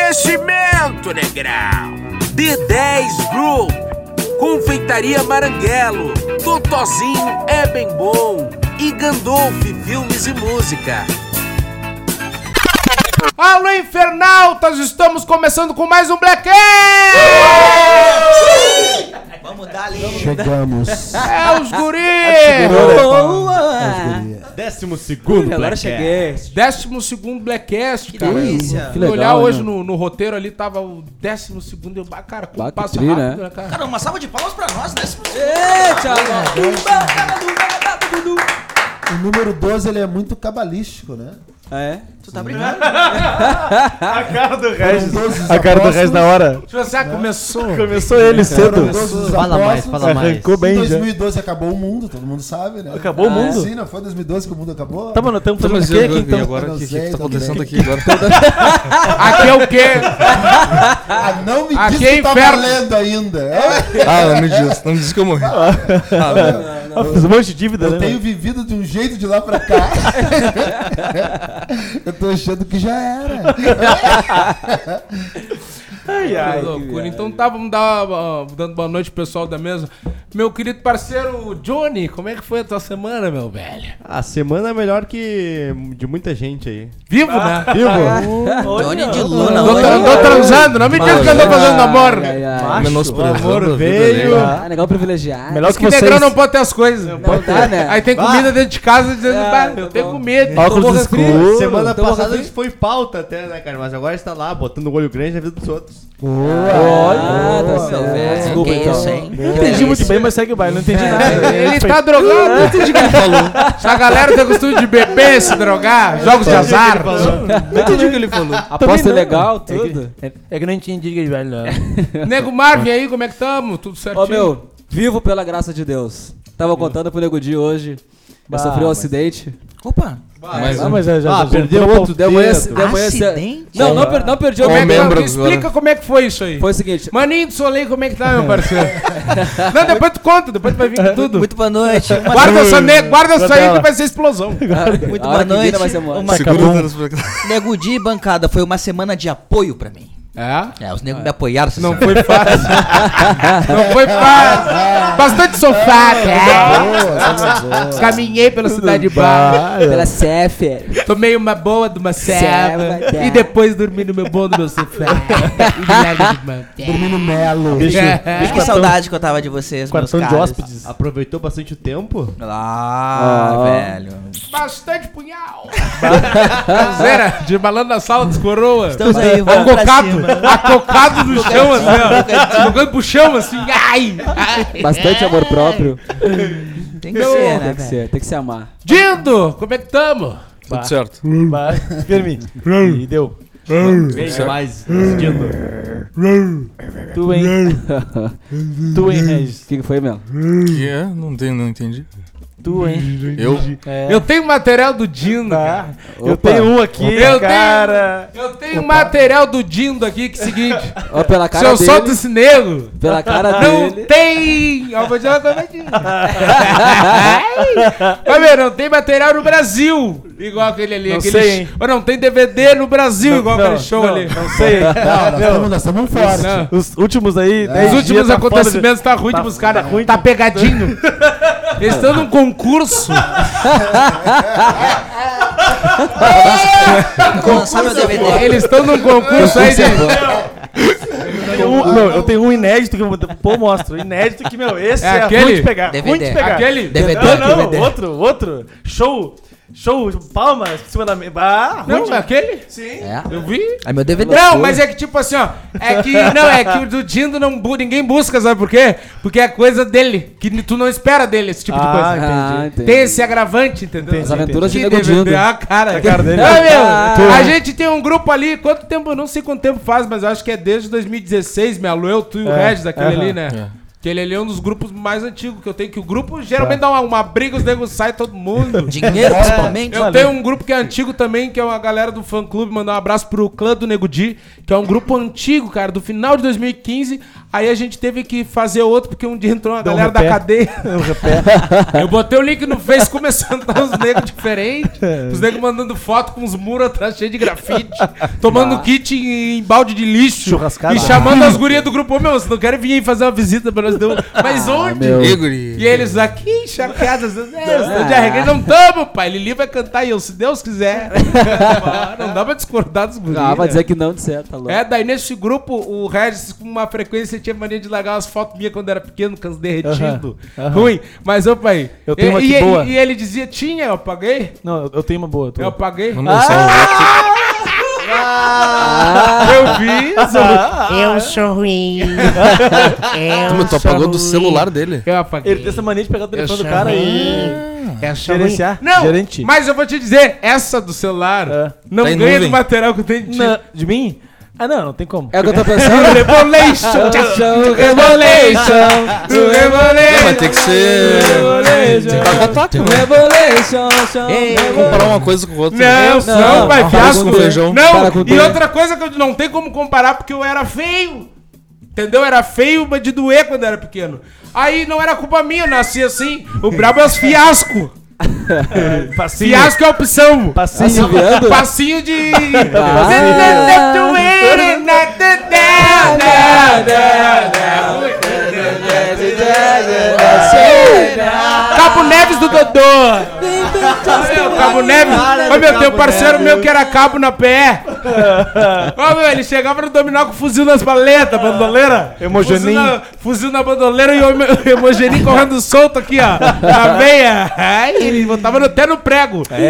Oferecimento, negrão! D10 Group, Confeitaria Maranguelo, Totozinho é bem bom e Gandolf Filmes e Música. Alô, infernautas! Estamos começando com mais um Black Vamos dar ali. Chegamos. né, É os guris! É Boa! Décimo segundo, Agora Black Cat. cheguei. Décimo segundo Blackcast, cara. delícia. Que Fui legal, olhar né? hoje no, no roteiro ali, tava o décimo segundo. Eu, ah, cara, como Bah, que passa tri, rápido, né? né, cara? Cara, uma salva de palmas pra nós, né? Eita! O número 12 ele é muito cabalístico, né? É? Tu tá brincando? A cara do Regis. A cara do Regis na hora. Deixa eu ver, começou. Começou ele Foram cedo. 12 dos Fala mais, apóstolos. fala mais. Arrancou Em bem já. 2012 acabou o mundo, todo mundo sabe, né? Acabou o Ah, mundo? Sim, não foi 2012 que o mundo acabou? Tá, mano, estamos Tá, fazendo mas o quê eu, aqui eu, então? e agora Eu o não que, sei que tá também. acontecendo aqui agora? Toda... Aqui é o quê? Ah, não me Aqui diz é que tá inferno. valendo ainda. É? Ah, não me diz, não me diz que eu morri. Ah, fiz um monte de dívida, né? Eu tenho mano? vivido de um jeito de lá pra cá. Eu tô achando que já era. Ai, Que loucura. Então tá, vamos dar, ah, dando boa noite pro pessoal da mesa. Meu querido parceiro Johnny, como é que foi a tua semana, meu velho? A semana é melhor que de muita gente aí. Vivo, Ah, né? Vivo? Johnny de Luna Tô, hoje. tra- tô transando, não me diga que eu tô fazendo namoro. Ai, ai. Macho, Menosprezando o a amor vida veio. dele. Ah, Ah, Ah, legal privilegiado. Melhor Diz que que negrão não vocês. pode ter as coisas. Não tá, né? Aí tem comida dentro de casa dizendo, "Bah, eu tenho então com medo. Óculos escuros. Semana Então Semana Então, passada passada a a gente foi pauta até, né, cara? Mas agora está lá, botando o olho grande na vida dos outros. Ah, tá certo. Desculpa, que isso, É. hein? então. Não entendi muito bem, mas segue o baile. Não entendi nada. Ele está drogado. Essa galera tem costume de beber, se drogar, jogos de azar. Não entendi o que ele falou. Aposta legal, tudo. É que não entendi o que ele vai lá. Nego Marvin aí, como é que tamo? Tudo certinho? Ó, meu, vivo pela graça de Deus. Tava contando pro Nego Di hoje. Eu sofri um acidente. Opa! Mas Ah, mas é, já Ah, perdeu outro Deu manhã, dedo. deu manhã Acidente? Não, não, per- não perdi o Ó, Como é que- dedo. membro explica agora. como é que foi isso aí. Foi o seguinte. Maninho do Soleil, como é que tá, meu parceiro? Não, depois tu conta, depois tu vai vir com tudo. Muito boa noite. Uma- Guarda essa, ne- guarda essa aí ela. que vai ser explosão. Muito a boa hora que vira noite. vai ser morte. Uma... Segura o dedo pra cá. Nego Di, bancada, foi uma semana de apoio pra mim. É? É, os negros me apoiaram. essa Não foi semana. fácil. Ah, Não foi fácil. Bastante sofá, cara. Caminhei pela cidade baixa. Pela CF. Tomei uma boa de uma serva. Serva. E depois dormi no meu bom do meu sofá. E de lado de manter. Dormindo melo. Bicho, Que saudade que eu tava de vocês, meus um quartão de caros. hóspedes. Aproveitou bastante o tempo. Ah, velho. Bastante punhal. Zera, de balando na sala dos coroa. Estamos Então aí, Ó, o vamos pra cocado, cima. acocado no chão, assim, ó. Jogando pro chão, assim, ai! ai. Bastante amor próprio. Tem que ser, É. né, Tem que velho? ser, tem que se amar. Dindo, como é que tamo? Tudo certo. Firme. E deu. Vem mais. Tu, hein? tu, hein, Regis? O que, que foi, meu? Que é? Não tenho, não entendi. Tu, hein? Eu? É. Tá. Eu tenho material do Dindo, cara. Opa. Eu tenho um aqui, Eu cara. Eu tenho material do Dindo aqui, que é o seguinte. Ó, pela Se cara eu dele. solto esse negro, Pela cara não dele. tem... Eu vou dizer uma coisa aqui. Mas, meu, não tem material no Brasil. Igual aquele ali. Não aquele sei, hein? Ou não tem DVD no Brasil, um, igual Não, aquele show não, ali. Não sei. Não, nós Não. estamos- nós estamos fortes. Não. Os últimos aí. Os dez dias últimos tá foda de- acontecimentos tá ruim de tá- buscar, tá ruim tá pegadinho. Eles estão num concurso. Vou lançar meu DVD. Eles estão num concurso é aí de. Eu tenho um- Não, eu tenho um inédito que eu vou. Pô, mostro. Inédito que, meu, esse É é, aquele? ruim de pegar. Ruim DVD. de pegar. Aquele. DVD. Não, não, DVD. outro, outro. Show. Show, palmas em cima da mesa. Ah, ruim Não, de... é aquele? Sim. Ah. É, Eu vi. é meu DVD. Não, mas é que tipo assim, ó. É que. Não, é que o do Dindo não, bu- ninguém busca, sabe por quê? Porque é coisa dele. Que tu não espera dele, esse tipo de coisa. Ah, entendi. Tem esse agravante, entendeu? As aventuras de Que Nego DVD, Dindo. Ah, cara. A cara dele. Ah, meu, Ah. a gente tem um grupo ali, quanto tempo, eu não sei quanto tempo faz, mas eu acho que é desde 2016, minha Lu, eu, tu e o É, Regis, aquele aham. ali, né? Aquele ali é um dos grupos mais antigos que eu tenho, que o grupo geralmente dá uma, uma briga, os negros saem todo mundo. Dinheiro, principalmente. é- Eu tenho um grupo que é antigo também, que é uma galera do fã clube. Mandar um abraço pro clã do Nego Di, que é um grupo antigo, cara, do final de 2015 Aí a gente teve que fazer outro, porque um dia entrou uma Dá um galera da repé. cadeia. Eu repete. Eu botei o link no Face, começou a entrar uns negros diferentes. É. Os negros mandando foto com uns muros atrás cheios de grafite. Tomando kit em, em balde de lixo. Churrascada. E chamando as gurias do grupo. Ô, meu, vocês não querem vir aí fazer uma visita pra nós? Deu- um- Mas Ah, onde? meu. Igor. E eles aqui, chateados. É, estão de arregueiro. Não tamo, pai. Lili vai cantar e eu, se Deus quiser. não dá pra discordar dos gurias. Ah, vai dizer que não, de certo, tá louco. É, daí nesse grupo, o Regis, com uma frequência, tinha mania de largar umas fotos minhas quando era pequeno, canso derretido. Ruim. Mas, ô pai. Eu tenho e, uma aqui e- boa. e ele dizia, tinha, eu paguei. Não, eu- eu tenho uma boa. eu tô- Eu paguei. Vamos lançar um voto. Eu vi. Ah, Eu sou ruim. É. Tu, mas tu apagou do celular dele. Eu apaguei. Ele tem essa mania de pegar o telefone do cara e Essa gerenciar. Não, Gerente. mas eu vou te dizer, essa do celular É. não Tá em ganha do nuvem. material que tem de ti. Não, de mim? Ah, não, não tem como. É o que eu tô pensando. Revolution, Revolution, revolution, Não, revolution. vai ter que ser. Revolution, show, Ei, revolution. Comparar uma coisa com outra. Não, Não, não, pai, não, fiasco. para com feijão. Não, Para com e tudo. outra coisa que eu não tem como comparar porque eu era feio. Entendeu? Era feio, mas de doer quando era pequeno. Aí não era culpa minha, eu nasci assim. O brabo é os fiasco. Fiasco é opção. Passinho. Assoviando? Passinho de. Cabo Neves do Dodô! Meu, Cabo Neves! Ô meu, tem um parceiro meu que era cabo na PE! Ô meu, ele chegava no dominó com fuzil nas paletas, bandoleira! Fuzil Hemogeninho. na, fuzil na bandoleira e o hemo- hemogeninho correndo solto aqui, ó! Na veia! Ai, ele botava no- até no prego! Botava-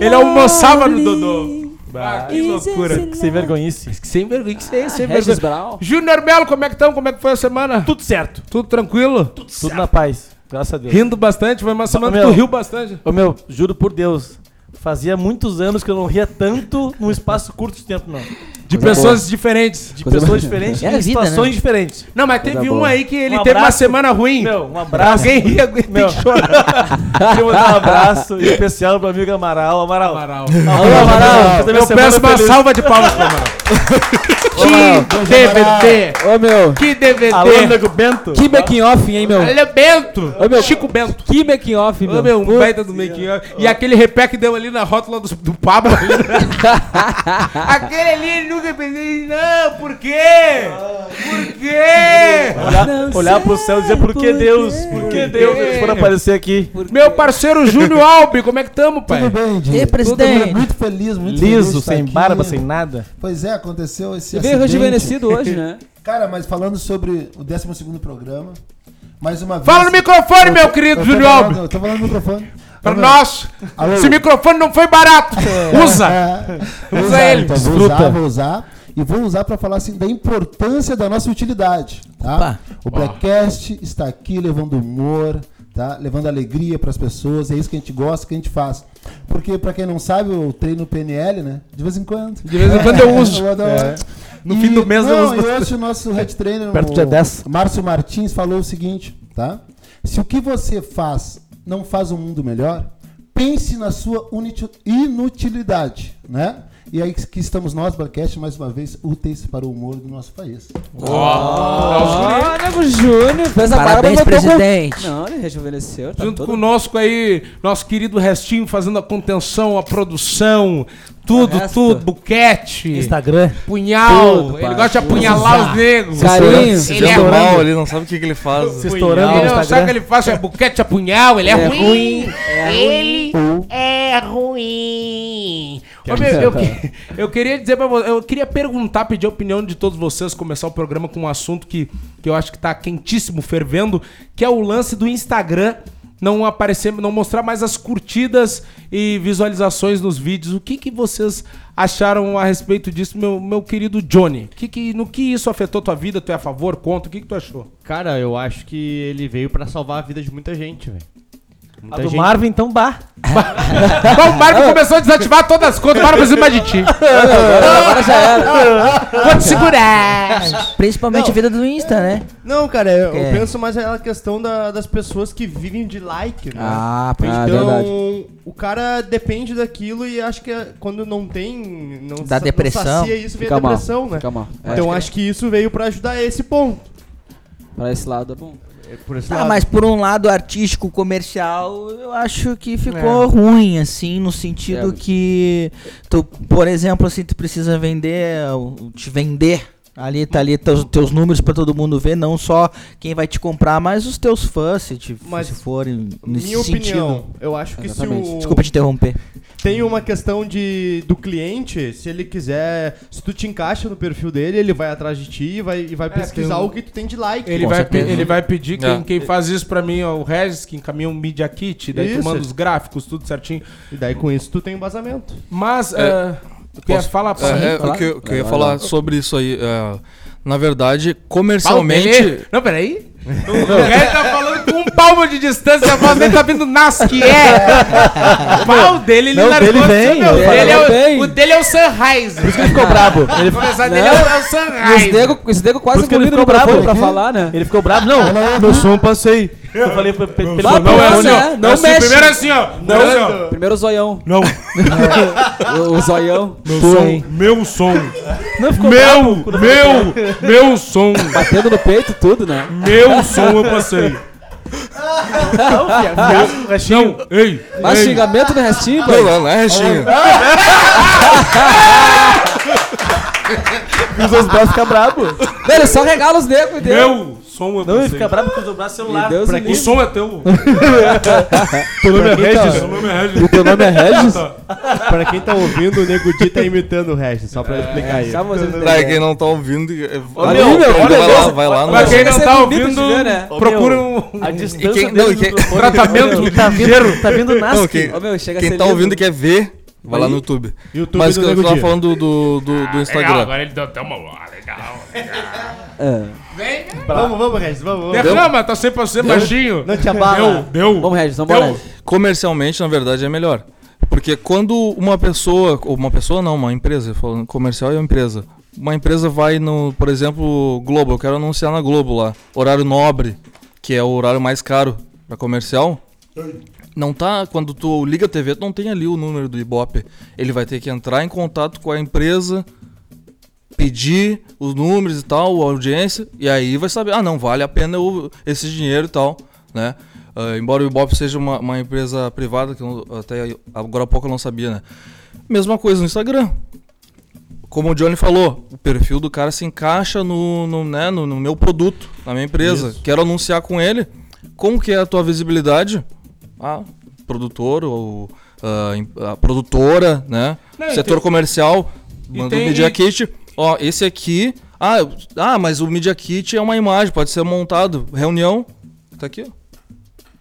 ele almoçava no Dodô! Ah, que loucura! Que Sem vergonhice. Sem vergonha, que isso é sem Ah, Regis vergonha. Brau. Júnior Melo, como é que estão? Como é que foi a semana? Tudo certo. Tudo tranquilo? Tudo na paz. Graças a Deus. Rindo bastante, foi uma semana que meu. tu riu bastante. Ô meu, juro por Deus. Fazia muitos anos que eu não ria tanto num espaço curto de tempo, não. De pessoas diferentes. De Coisa mais- pessoas diferentes É a e vida, situações né? diferentes. Não, mas teve um boa. aí que ele Um teve uma abraço. semana ruim. Meu, um abraço. Alguém ria, alguém tem Meu. que chorar. Queria mandar um abraço especial pro amigo Amaral. Amaral. Amaral. Alô, Amaral. Fez a minha Eu semana peço uma é feliz. salva de palmas pro Amaral. Que DVD! Ô, meu. Que Alô, DVD! nego Bento. Que making off, hein, meu? Olha, Bento! Chico Bento! Que making off, Ô, meu? meu, um baita do making of. E aquele repé que deu ali na rótula do, do Pablo. né? aquele ali, nunca pensei, não, por quê? Por quê? Olhar, olhar pro céu e dizer por que Deus? Por que Deus? Eles foram aparecer aqui. Meu parceiro Júnior Albi, como é que tamo, Tudo pai? bem, Diego? Ei, presidente. Tudo bem, é Muito feliz, muito feliz de Liso, estar sem aqui. barba, sem nada. Pois é, aconteceu esse Você veio acidente. rejuvenescido hoje, né? Cara, mas falando sobre o 12º programa, mais uma vez... Fala no microfone, meu Eu querido tô Júnior falando- Albi. Eu tô falando no microfone. Pra Ô, meu, nós, Alô? É. esse microfone não foi barato. Usa. Vou Usa usar, ele, então, vou desfruta. usar, vou usar. E vou usar para falar assim da importância da nossa utilidade. Tá? Opa. O Blackcast está aqui levando humor, tá? levando alegria para as pessoas. É isso que a gente gosta, que a gente faz. Porque, para quem não sabe, eu treino PNL, né? De vez em quando. De vez em quando eu uso. É. Eu adoro. No fim do mês eu não, uso E hoje o nosso head trainer, Perto o de 10. Márcio Martins, falou o seguinte, tá? Se o que você faz não faz o mundo melhor, pense na sua uniti- inutilidade, né? E aí que estamos nós, Blackcast, mais uma vez, úteis para o humor do nosso país. Ó, nego Júnior. Fez a barba e Parabéns, botou com- presidente. Não, ele rejuvenesceu. Tá Junto todo... conosco aí, nosso querido Restinho fazendo a conteção, a produção, tudo, tudo, buquete, Instagram. punhal. Tudo, ele pai. gosta de apunhalar os negros. Carinho. Se Ele é deu ruim. mal ali, não sabe o que, que ele faz. Se estourando no Ele não sabe o Instagram. que ele faz, é buquete, a punhal, ele é, ruim. Ele é ruim. Ô, meu, eu, tá. que- eu queria dizer pra você, eu queria perguntar, pedir a opinião de todos vocês, começar o programa com um assunto que, que eu acho que tá quentíssimo, fervendo, que é o lance do Instagram não aparecer, não mostrar mais as curtidas e visualizações nos vídeos. O que, que vocês acharam a respeito disso, meu, meu querido Johnny? Que que, no que isso afetou tua vida? Tu é a favor, contra? O que, que tu achou? Cara, eu acho que ele veio pra salvar a vida de muita gente, velho. A Muita do Marvin, então, bah. Bom, o Marco começou a desativar todas as contas, o Marco precisa mais de ti. Agora já era. Vou te segurar. Principalmente Não. a vida do Insta, né? Não, cara, eu, eu É. penso mais na questão da- das pessoas que vivem de like, né? Ah, pá, então, verdade. o cara depende daquilo e acho que é- quando não tem. Não Dá sa- depressão. Não sacia isso, vem a Fica mal, depressão, né? Fica mal. Então acho que isso veio pra ajudar esse ponto. Pra esse lado é bom. Por esse Tá, lado. mas por um lado artístico, comercial, eu acho que É. ficou ruim, assim, no sentido É. que tu, por exemplo, assim, tu precisa vender, o- te vender. Ali tá ali teus, teus números pra todo mundo ver, não só quem vai te comprar, mas os teus fãs, se, te, Mas, se forem nesse Minha sentido. opinião, eu acho que se Exatamente. o... Desculpa te interromper. Tem uma questão de do cliente, se ele quiser, se tu te encaixa no perfil dele, ele vai atrás de ti e vai, e É, vai pesquisar tem um- o que tu tem de like. Ele Com vai, certeza. pe- ele vai pedir quem, É. quem faz isso pra mim é o Regis, que encaminha um Media Kit, daí tu Isso. manda os gráficos, tudo certinho. E daí com isso tu tem um embasamento. Mas, É. é, quer Posso- falar pra É, é, mim? o que, eu- que eu ia Vai lá. falar sobre isso aí. é, na verdade, Palme- comercialmente. Não, peraí. O Regis tá falando com um palmo de distância, a voz dele tá vindo nas que é. O pau dele, ele Não, o largou dele assim, vem, meu. eu O dele é falei, o- vem. O dele é o Sunrise. Ele ficou brabo. Ele, O começar dele é o- é o E os Sunrise. nego, os nego quase Por isso que ele engoliram o ficou bravo microfone pra aqui. falar, né? ele ficou brabo? é Não, meu som passei. Eu falei pra- pra- pelo som meu é assim, fone, ó. né? Não assim, mexe. Primeiro assim, ó. Não, assim, ó. Primeiro o zoião. Não, O, o zoião. meu Pô, som, hein? meu som, Não ficou brabo. meu, meu, meu som, Batendo no peito, tudo, né? meu som eu passei. Não, ei, Mas ei. xingamento no restinho, Não, pô. não, não é restinho. Os dois braços ficam brabo. Não, Ele só regala os negros, entendeu? Meu som eu Não, ele passei. fica brabo porque usou o braço um- celular. Deus Pra me quem- O som é teu. Teu nome é Meu Regis? nome é Regis. tá- Teu nome é Regis? pra quem tá ouvindo, o Nego Di tá imitando o Regis, só pra É, eu explicar aí. É, Só vocês Pra entenderem. quem não tá ouvindo, é- Olha, meu, vai olha, lá, meu, vai lá. no- Pra quem não Isso é tá bonito de ouvindo, ver, né? Ô, procura meu, um A distância quem- dele não, e do quem- microfone- tratamento Meu, tá vindo, tá vindo nas Não, quem, Ô, meu, chega a quem ser tá lindo. ouvindo e quer ver, vai lá no YouTube. YouTube Mas do que eu Nego tava Di. falando do, do, do Instagram. ele deu até uma. Legal. É. Vamos, vamos, Regis, vamos, vamos. Derrama, tá sempre assim, baixinho. Ah, Não te abala. Deu, deu. Vamos, Regis, vamos, Eu- Regis. comercialmente, na verdade, é melhor. Porque quando uma pessoa, ou uma pessoa não, uma empresa, falando comercial é uma empresa. Uma empresa vai no, por exemplo, Globo, eu quero anunciar na Globo lá, horário nobre, que é o horário mais caro para comercial. Não tá, quando tu liga a TV, tu não tem ali o número do Ibope. Ele vai ter que entrar em contato com a empresa, pedir os números e tal, a audiência, e aí vai saber, ah, não, vale a pena eu- esse dinheiro e tal, né? Ah, embora o Ibope seja uma, uma empresa privada, que eu não- até agora há pouco eu não sabia, né? Mesma coisa no Instagram. Como o Johnny falou, o perfil do cara se encaixa no, no, né, no, no meu produto, na minha empresa. Quero anunciar com ele. Como que é a tua visibilidade? Ah, produtor ou ah, em- a produtora, né? Não, e Setor tem- comercial, manda tem- o Media e- Kit. Ó, esse aqui. Ah, eu- ah, mas o Media Kit é uma imagem, pode ser montado. Reunião. Tá aqui, ó.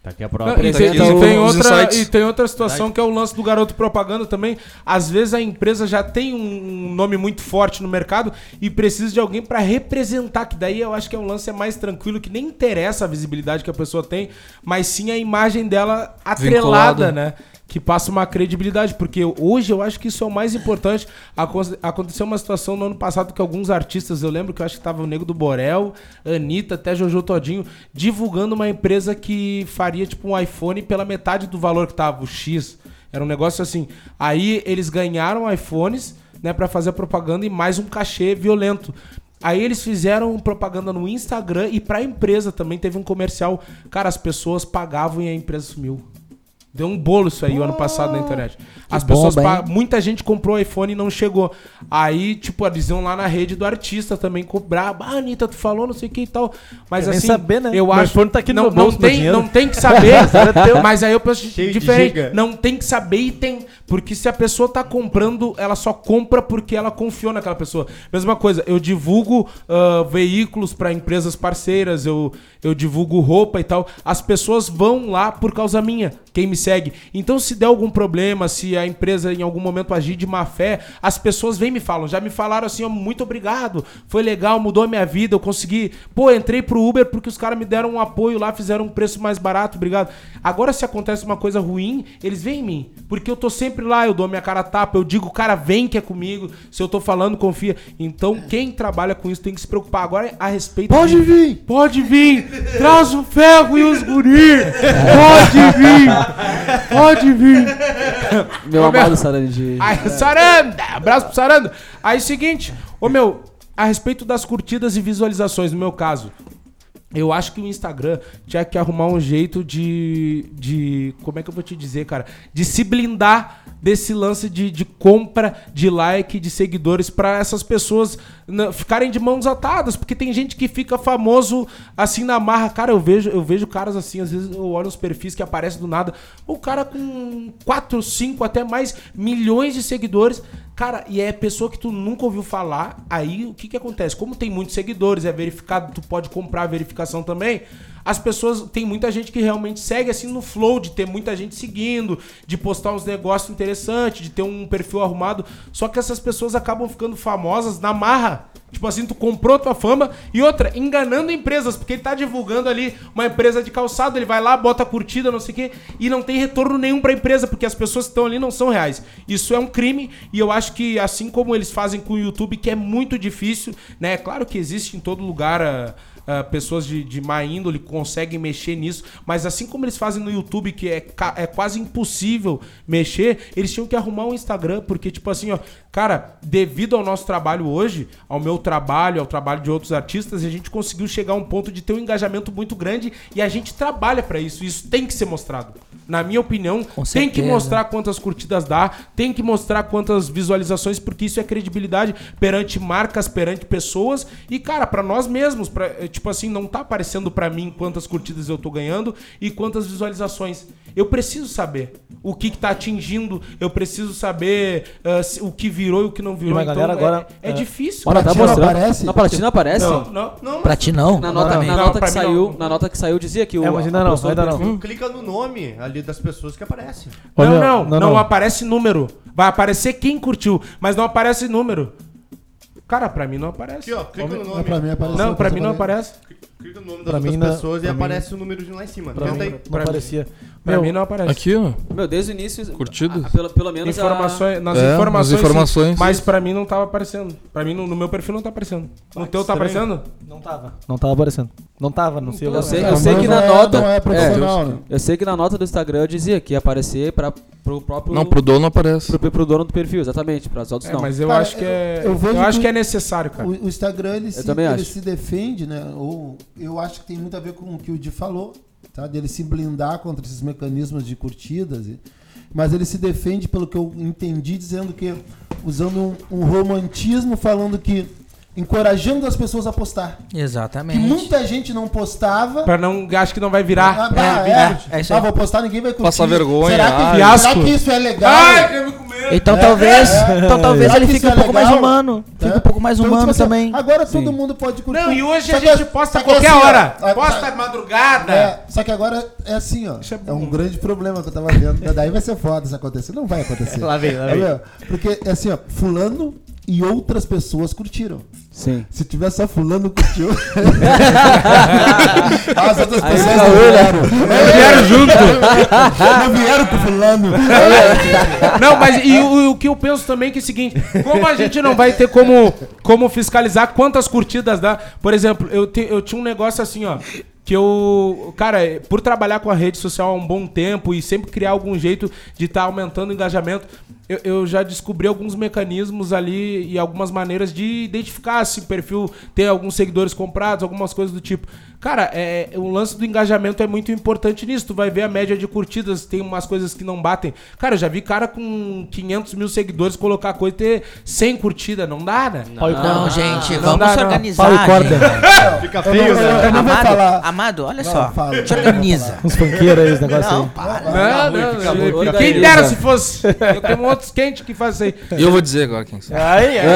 Tá aqui a Não, prova. e, tem, aqui e os- tem os outra, insights. e tem outra situação que é o lance do garoto propaganda também. Às vezes a empresa já tem um nome muito forte no mercado e precisa de alguém pra representar, que daí eu acho que é um lance é mais tranquilo, que nem interessa a visibilidade que a pessoa tem, mas sim a imagem dela atrelada, Vinculada. né? Que passa uma credibilidade, porque hoje eu acho que isso é o mais importante. Acon- Aconteceu uma situação no ano passado que alguns artistas, eu lembro que eu acho que tava o Nego do Borel, Anitta, até Jojo Todinho, divulgando uma empresa que faria tipo um iPhone pela metade do valor que tava, o X. Era um negócio assim. Aí eles ganharam iPhones, né, para fazer a propaganda e mais um cachê violento. Aí eles fizeram propaganda no Instagram e pra empresa também teve um comercial. Cara, as pessoas pagavam e a empresa sumiu. Deu um bolo isso aí o ano passado na internet. As pessoas. bomba, pa- Muita gente comprou um iPhone e não chegou. Aí, tipo, eles iam lá na rede do artista também cobrar. Ah, Anitta, tu falou, não sei o que e tal. Mas Quer nem assim, saber, né? eu Meu acho. iPhone tá aqui no não, meu bolso, não, meu tem, dinheiro. não tem que saber. teu. mas aí eu penso Tá? de diferente. giga. Não tem que saber e tem. Porque se a pessoa tá comprando, ela só compra porque ela confiou naquela pessoa. Mesma coisa, eu divulgo ah, veículos para empresas parceiras, eu, eu divulgo roupa e tal. As pessoas vão lá por causa minha, quem me segue. Então, se der algum problema, se a empresa em algum momento agir de má fé, as pessoas vêm e me falam. Já me falaram assim, ó, muito obrigado, foi legal, mudou a minha vida, eu consegui. Pô, entrei pro Uber porque os caras me deram um apoio lá, fizeram um preço mais barato, obrigado. Agora, se acontece uma coisa ruim, eles vêm em mim. Porque eu tô sempre lá, eu dou minha cara a tapa, eu digo, cara, vem que é comigo. Se eu tô falando, confia. Então, quem trabalha com isso tem que se preocupar. Agora, a respeito. Pode de- vir! Pode vir! Traz o ferro e os guris! Pode vir! Pode vir! Meu amado Sarandi. Aí, Saranda! Abraço pro Saranda! Aí, seguinte, ô meu, a respeito das curtidas e visualizações, no meu caso, Eu acho que o Instagram tinha que arrumar um jeito de. de como é que eu vou te dizer, cara? De se blindar desse lance de, de compra de like, de seguidores, pra essas pessoas na- ficarem de mãos atadas. Porque tem gente que fica famoso assim na marra. Cara, eu vejo, eu vejo caras assim, às vezes eu olho os perfis que aparecem do nada. O cara com 4, 5, até mais milhões de seguidores. Cara, e é pessoa que tu nunca ouviu falar, aí o que que acontece? Como tem muitos seguidores, é verificado, tu pode comprar a verificação também. As pessoas, tem muita gente que realmente segue assim no flow de ter muita gente seguindo, de postar uns negócios interessantes, de ter um perfil arrumado, só que essas pessoas acabam ficando famosas na marra. Tipo assim, tu comprou tua fama e outra, enganando empresas, porque ele tá divulgando ali uma empresa de calçado, ele vai lá, bota curtida, não sei o quê, e não tem retorno nenhum pra empresa, porque as pessoas que estão ali não são reais. Isso é um crime e eu acho que assim como eles fazem com o YouTube, que é muito difícil, né? É claro que existe em todo lugar ah, ah, pessoas de, de má índole conseguem mexer nisso, mas assim como eles fazem no YouTube, que é, ca- é quase impossível mexer, eles tinham que arrumar um Instagram, porque, tipo assim, ó, cara, devido ao nosso trabalho hoje, ao meu trabalho, ao trabalho de outros artistas, a gente conseguiu chegar a um ponto de ter um engajamento muito grande e a gente trabalha pra isso. Isso tem que ser mostrado. Na minha opinião, tem que certeza. mostrar quantas curtidas dá, tem que mostrar quantas visualizações, porque isso é credibilidade perante marcas, perante pessoas e, cara, pra nós mesmos, pra, eh, tipo assim, não tá aparecendo pra mim quantas curtidas eu tô ganhando e quantas visualizações. Eu preciso saber o que, que tá atingindo, eu preciso saber ah, se- o que virou e o que não virou. uma galera é- agora- é, é. difícil. Olha, cara. tá tá Platina mostrando. aparece? Na Platina aparece? não, não, não, Pra ti não. Na nota, Não, na nota pra que mim não. saiu, na nota que saiu dizia que o É, mas ainda a não, pessoa ainda do não. perfil- Clica no nome ali das pessoas que aparecem. Ô, Não, meu, não, não, não, não. aparece número. Vai aparecer quem curtiu, mas não aparece número. Cara, pra mim não aparece. Aqui, ó, clica no Não, nome. É, pra mim apareceu. não, pra mim não aparece. Clica no nome Pra das mim outras não- pessoas e pra mim- aparece o número de lá em cima. Pra Tenta mim, aí. não Pra mim. parecia. Pra Meu, mim não aparece. Aqui, ó. Meu, desde o início. Curtidas? a- a- pelo, pelo menos. a- Informações, nas É, nas informações. sim, informações, mas sim. pra mim não tava aparecendo. Pra mim, no, no meu perfil não tá aparecendo. No teu tá estranho. aparecendo? Não tava. Não tava aparecendo. Não tava, não sei Eu agora. sei, Ah, eu sei mas que não na é- nota. Não é é, profissional, né? eu sei que na nota do Instagram eu dizia que ia aparecer pra, pro próprio. Não, pro dono aparece. pro, pro dono do perfil, exatamente. Para os outros É, não. mas eu Cara, acho que é. eu- eu Eu, vejo acho que- que... é necessário, cara. O, o Instagram ele, se, também ele acho. se defende, né? Ou eu acho que tem muito a ver com o que o Di falou, tá? Dele se blindar contra esses mecanismos de curtidas. e- Mas ele se defende, pelo que eu entendi, dizendo que usando um, um romantismo, falando que encorajando as pessoas a postar. Que Exatamente. muita gente não postava. Pra não. Acho que não vai virar. ah, é, é, é, é isso aí. Ah, vou postar, ninguém vai curtir. Passa vergonha, Será ai. que, será Fiasco. que isso é legal? Ai, quer me comer! Então talvez, então talvez Será ele que fique isso um é pouco mais legal? humano. né? Fica um pouco mais Então, humano tipo assim, também. Agora todo mundo pode curtir. Não, e hoje a Só que- gente posta só a que assim, qualquer ó, hora. a- Posta né? madrugada. é, só que agora é assim, ó. é É, um grande problema que eu tava vendo. Daí vai ser foda se acontecer. Não vai acontecer. Lá vem, lá É vem. mesmo? Porque é assim, ó. Fulano e outras pessoas curtiram. Sim. Se tiver só fulano curtiu. Ah, As outras Aí pessoas fica não eu, né? vieram. Não vieram junto. Não vieram com fulano. Não, mas e o, o que eu penso também é que é o seguinte, como a gente não vai ter como, como fiscalizar quantas curtidas dá. Por exemplo, eu, te- eu tinha um negócio assim, ó. Que eu, cara, por trabalhar com a rede social há um bom tempo e sempre criar algum jeito de estar aumentando o engajamento, eu, eu já descobri alguns mecanismos ali e algumas maneiras de identificar se o perfil tem alguns seguidores comprados, algumas coisas do tipo. Cara, é, o lance do engajamento é muito importante nisso. Tu vai ver a média de curtidas, tem umas coisas que não batem. Cara, eu já vi cara com 500 mil seguidores colocar coisa e ter 100 curtidas. Não dá, né? Pau e corda. Não, gente, não vamos dá, se não. organizar. Pau e corda. gente. Fica Eu não, feio, eu- né? eu não vou Amado, falar. amado, olha Não, só. fala, te não, organiza. Uns funkeiros aí, é esse negócio aí. Ah, Não, não, fica eu- ruim, tá fica Quem ruim. dera se fosse. Eu tenho outros quentes que fazem. E eu vou dizer agora quem são. Aí, aí.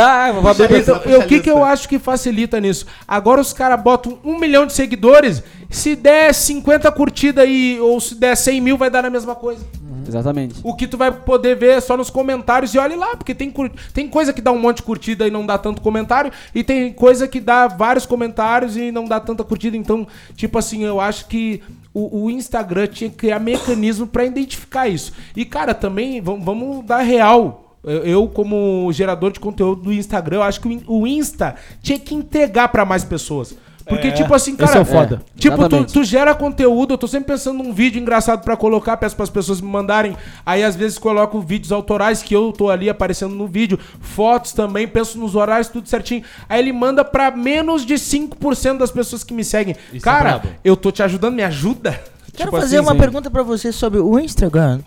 Ah, vou beber. Então, eu- o que, que eu acho que facilita nisso? Agora os caras botam um milhão de seguidores, se der 50 curtidas e, ou se der 100 mil, vai dar na mesma coisa. Uhum. Exatamente. O que tu vai poder ver é só nos comentários e olhe lá, porque tem, cur- tem coisa que dá um monte de curtida e não dá tanto comentário, e tem coisa que dá vários comentários e não dá tanta curtida. Então, tipo assim, eu acho que o, o Instagram tinha que criar mecanismo pra identificar isso. E, cara, também vam- vamos dar real. Eu- Eu, como gerador de conteúdo do Instagram, eu acho que o In- o Insta tinha que entregar pra mais pessoas. Porque, tipo assim, Esse cara. é o foda. É, tipo, tu, exatamente. tu gera conteúdo, eu tô sempre pensando num vídeo engraçado pra colocar, peço pras pessoas me mandarem. Aí às vezes coloco vídeos autorais que eu tô ali aparecendo no vídeo, fotos também, penso nos horários, tudo certinho. Aí ele manda pra menos de 5% das pessoas que me seguem. é cara, brabo. eu tô te ajudando, me ajuda. Quero Tipo fazer assim, uma sim. pergunta pra você sobre o Instagram.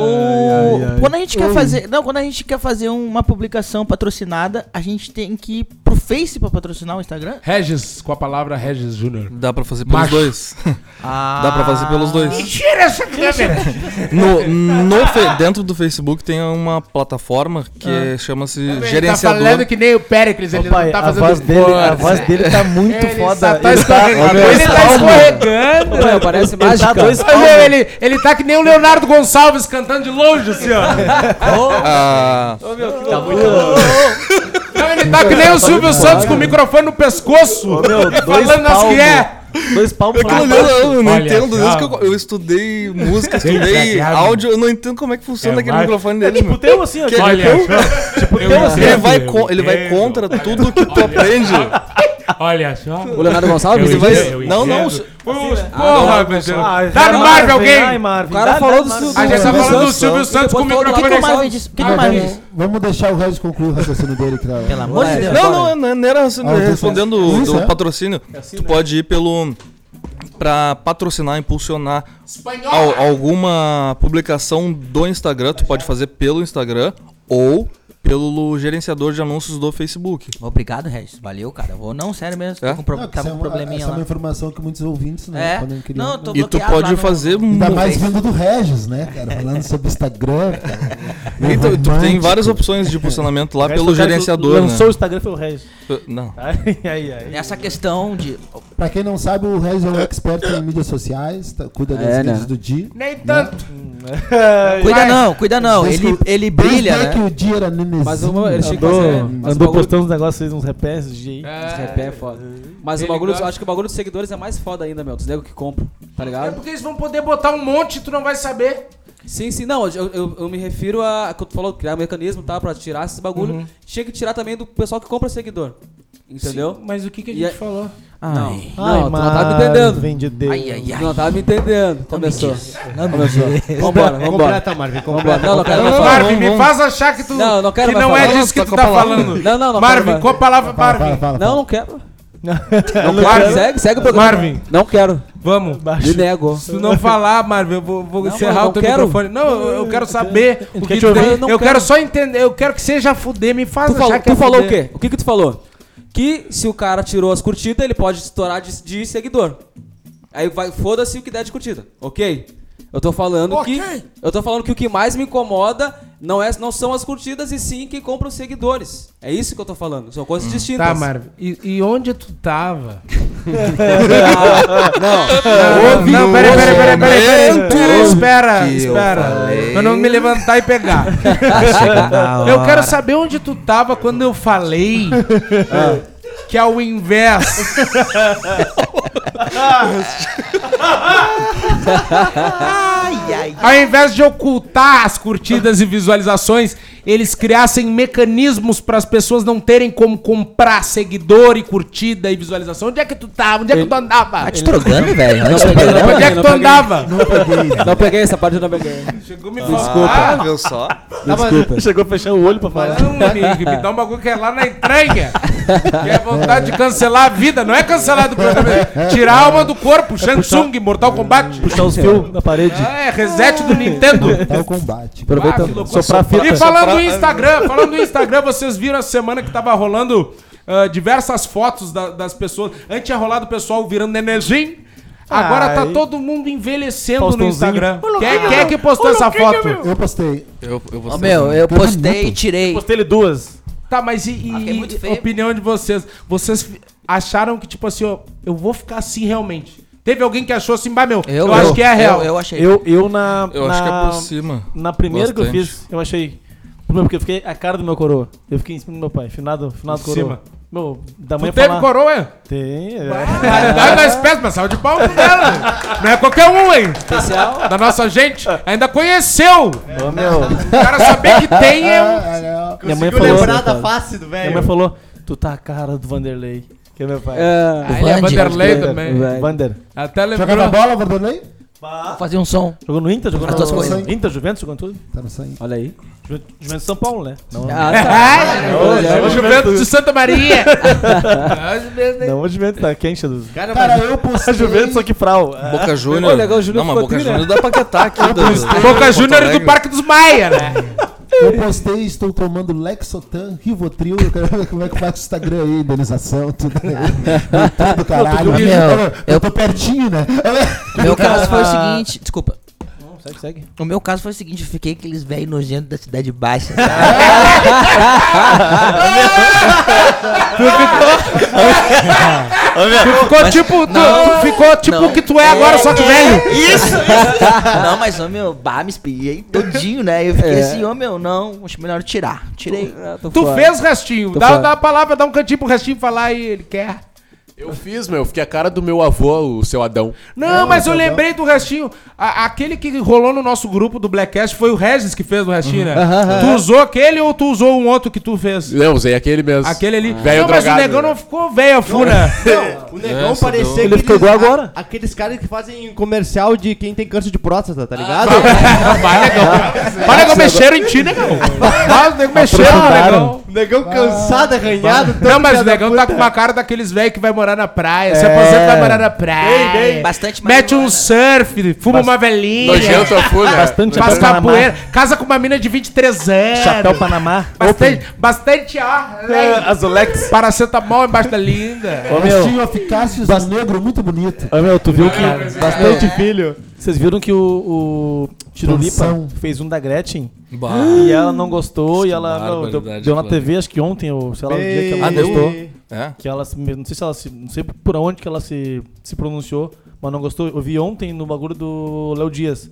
O- Quando a gente quer fazer, não, quando a gente quer fazer uma publicação patrocinada, a gente tem que ir pro Face pra patrocinar o Instagram? Regis, com a palavra Regis Júnior. Dá pra fazer pelos Macho. dois. Dá pra fazer pelos dois. Tira essa câmera! tá Ah. No, no fe- dentro do Facebook tem uma plataforma que Ah. é- Tá chama-se gerenciador. que nem o Péricles, Ô, pai, a voz dele, a voz dele tá muito foda. tá Ele tá- escorregando. ele Ele tá tá escorregando. Ô, meu, parece Ele tá mágica. dois Olha, palmos. ele, ele tá que nem o Leonardo Gonçalves cantando de longe, assim, ó. tá Ah, Não, ele tá que nem o Silvio Santos com o microfone no pescoço. Ô, meu, dois falando as que é. palmos. Dois palmos. aquilo ali eu não, eu não Olha, entendo. Às vezes que eu, calma. eu estudei música, estudei desagradável. áudio, eu não entendo como é que funciona É aquele mais- microfone dele, Tipo, meu. tem um assim, ó. Que- tipo, Olha, Então, tipo, tem um- Então assim, Ele vai, co- ele vai contra tudo que tu aprende. Olha só. O Leonardo Gonçalves? Você Eu vai- entendo, eu não, não. entendo. Ah, Porra, Cristiano. Dá no Marvin, Marvel alguém. Ai, Marvin, O cara dá- falou dá do Marvin. seu- A gente tá Silvio falando do Santos, Silvio não. Santos com o Depois fala- O que, que microfone o na Marvin disse? O que, que o Mas Marvin vamos, disse? vamos deixar o Regis concluir o raciocínio dele, tá- cara. Pelo amor de Deus. Não, não, não, não era assim, Ah, eu tô respondendo falando. o- Isso, do é? patrocínio. assim tu pode ir pelo. Pra patrocinar, impulsionar al- alguma publicação do Instagram, tu pode fazer pelo Instagram ou pelo gerenciador de anúncios do Facebook. Obrigado, Regis. Valeu, cara. Vou não, sério mesmo. É? Tô com pro... Não, que tava isso é com um uma- probleminha essa é lá. uma informação que muitos ouvintes né, É. podem criar. Não, eu tô E tu bloqueado lá pode no- fazer Ainda mu- mais vindo do Regis, né, cara? Falando sobre o Instagram. Cara. E tu- tu tem É Romântico. várias opções de impulsionamento lá Aí pelo o cara gerenciador, né? Ah, Lançou o Instagram foi o Regis. Não. Ai, ai, ai. Essa questão de. Pra quem não sabe, o Regis é um expert em mídias sociais, tá- cuida das É, redes né? do Di. Nem tanto. hum. Cuida não, cuida não. Ele, ele brilha, Desde é que né? o Di era nenenzinho. tá Mas o- ele chega a Andou, fazer. mas o andou bagulho- postando uns negócios aí, uns repés de Esse repé é foda. Mas o Ele bagulho, eu gosta- acho que o bagulho dos seguidores é mais foda ainda, meu. Dos nego que compra, tá É ligado? porque eles vão poder botar um monte e tu não vai saber. Sim, sim, não. Eu, eu, eu me refiro a. Quando tu falou criar um mecanismo, tá? Pra tirar esses bagulho. Uhum. Tinha que tirar também do pessoal que compra seguidor. Entendeu? Mas o que, que a E é- gente a- falou? Não, não, tu não tá me entendendo. Vem de Deus. Ai, ai, Tu ai. não tá me entendendo. Começou. Não, meu Deus. É É Vambora, vambora. Completa, Marvin, Vambora. completa. Não, não quero mais Não, falar. Marvin, vamos, me vamos. faz achar que tu Não, não quero que mais não é falar. disso que Não, tu só tá com a palavra. falando. Não, não, não. Marvin, quero mais. qual a palavra, Fala, fala, Marvin? fala, Não, fala. não quero. Não quero. Segue, segue o programa. É Marvin. Não quero. Vamos. Me nego. Se tu não falar, Marvin, eu vou, vou Não, encerrar eu o teu não quero. microfone. Não, eu, eu quero saber o quer que te tu ouvir? tem. Eu Eu, não quero. quero. só entender, eu quero que seja fuder, me faz Tu falou, achar que é tu falou o fuder. quê? O que que tu falou? Que se o cara tirou as curtidas, ele pode estourar de, de seguidor. Aí vai, foda-se o que der de curtida, ok? Eu tô falando que. Eu tô falando que o que mais me incomoda não, é, não são as curtidas, e sim quem compra os seguidores. É isso que eu tô falando. São coisas distintas. Tá, Marvin. E, e onde tu tava? Não, Não, peraí, peraí, peraí, peraí, peraí. peraí. Espera, que eu espera. falei. Pra não me levantar e pegar. Eu quero saber onde tu tava quando eu falei que é ao invés. Ao invés de ocultar as curtidas e visualizações, eles criassem mecanismos para as pessoas não terem como comprar seguidor e curtida e visualização. Onde é que tu tava? Onde é que tu andava? Tá te drogando, velho. Olha esse não, programa. Onde é que não, tu não, andava? Não peguei essa parte, eu não peguei. Chegou me Ah, viu só? Chegou a fechar o olho pra falar. Não, amigo, me dá um bagulho que é lá na entranha. Que é vontade de cancelar a vida. Não é cancelar do programa. é Tirar a alma do corpo. Shansung, Mortal Kombat. Puxar os fios na parede. Ah, é, reset do Nintendo. É o combate. Ah, que Aproveitando. loucura. Soprar fita. E falando no Instagram, falando no Instagram, vocês viram a semana que tava rolando ah, diversas fotos da- das pessoas. Antes tinha rolado o pessoal virando nenenzinho. Agora tá Ai. todo mundo envelhecendo no Faustãozinho. Instagram. Quem, quem é que postou essa foto? Eu postei. Eu, eu vou Ô, ser- meu, eu postei, tirei. Postei ele duas. Tá, mas e, Ah, que é e muito feio. opinião de vocês? Vocês fi- acharam que, tipo assim, ó, eu vou ficar assim realmente? Teve alguém que achou assim, bah, meu, eu, acho que é real. Eu, eu achei. Eu, eu na. Eu na, acho que é por cima. Na primeira que eu Bastante. fiz, eu achei. Porque eu fiquei a cara do meu coroa. Eu fiquei em cima do meu pai. Finado, finado Em coroa. cima. Meu, da Tu manhã teve falar- coroa, hein? Tem, é. Caridade das espécie, mas saiu de pau dela. Não é qualquer um, hein? Especial. Da nossa gente. Ainda conheceu. Ô, meu. O cara saber que tem é um... Ah, é, Minha mãe Conseguiu falou. lembrar da face do Minha velho. mãe falou: Tu tá a cara do Vanderlei. Que é meu pai. É, Ah, ele é Vande. Vanderlei também. vai. Vander. Até Jogando a lembrou. bola, Vanderlei? Fazer um som. Jogou no Inter, jogou As no duas coisas. Inter, Juventus, jogou em tudo. Tá no sangue. Olha aí. Ju- Juventus de São Paulo, né? Não, Ah, tá. É o Juventus de Santa Maria. É o Juventus, né? não a Juventus tá quente. do- Cara, eu postei. A Juventus, só que frau. Ah. Boca Ô, Júnior. legal, o Júnior não, mas ficou Boca tri, né? Júnior dá pra quietar aqui. do- Boca Porto Júnior é Alegre. do Parque dos Maia, né? Eu postei, estou tomando Lexotan, Rivotril, eu quero ver como é que faz o Instagram aí, indenização, tudo né? aí. Tudo, caralho. né? Meu, eu eu- tô pertinho, né? O meu caso foi o seguinte, desculpa. Segue, segue. O meu caso foi o seguinte, eu fiquei aqueles velhos nojentos da cidade baixa. sabe? Ficou tipo, tu- tu ficou tipo não. o que tu é agora, só que velho. Isso! não, mas, ô meu, bah, me espiei todinho, né? Eu fiquei assim, ô meu, não, acho melhor tirar. Tirei. Tu fez restinho. Dá, fora. dá a palavra, dá um cantinho pro restinho falar e ele quer. Eu fiz, meu. Fiquei a cara do meu avô, o seu Adão. Não, mas eu lembrei do restinho. A- aquele que rolou no nosso grupo do Blackcast foi o Regis que fez o restinho, né? Tu usou aquele ou tu usou um outro que tu fez? Não, usei aquele mesmo. Aquele ali. Velho não, mas drogado, o negão né? não ficou velho, né? fura. Não, o negão parecia que. Ele ficou igual agora. aqueles caras que fazem comercial de quem tem câncer de próstata, tá ligado? Vai, negão. Vai, negão, mexeram em ti, negão. Vai, os negão mexeram, negão. o negão cansado, arranhado. Não, mas o negão tá com uma cara daqueles velhos que vai morar na praia. Se aposenta, vai morar na praia. Bastante Mete um surf, fuma uma velhinha. Nojento eu fui, né? Bastante Faz Panamá. capoeira. Casa com uma mina de 23 anos. Chapéu Panamá. Bastante, bastante, ó. É, Azulex. Paracetamol embaixo da linda. Ô, meu. Restinho eficácias, um negro muito bonito. Ô, meu, tu viu que. Bastante filho. Vocês viram que o, o Tirolipa Pensão. fez um da Gretchen? E ela não gostou e ela não, Que deu, barbaridade, deu na Flávio. TV, acho que ontem, ou sei lá, o dia que ela Ah, não deu? gostou. É? Que ela, se- não sei se ela se, não sei por onde que ela se, se pronunciou, mas não gostou. Eu vi ontem no bagulho do Léo Dias.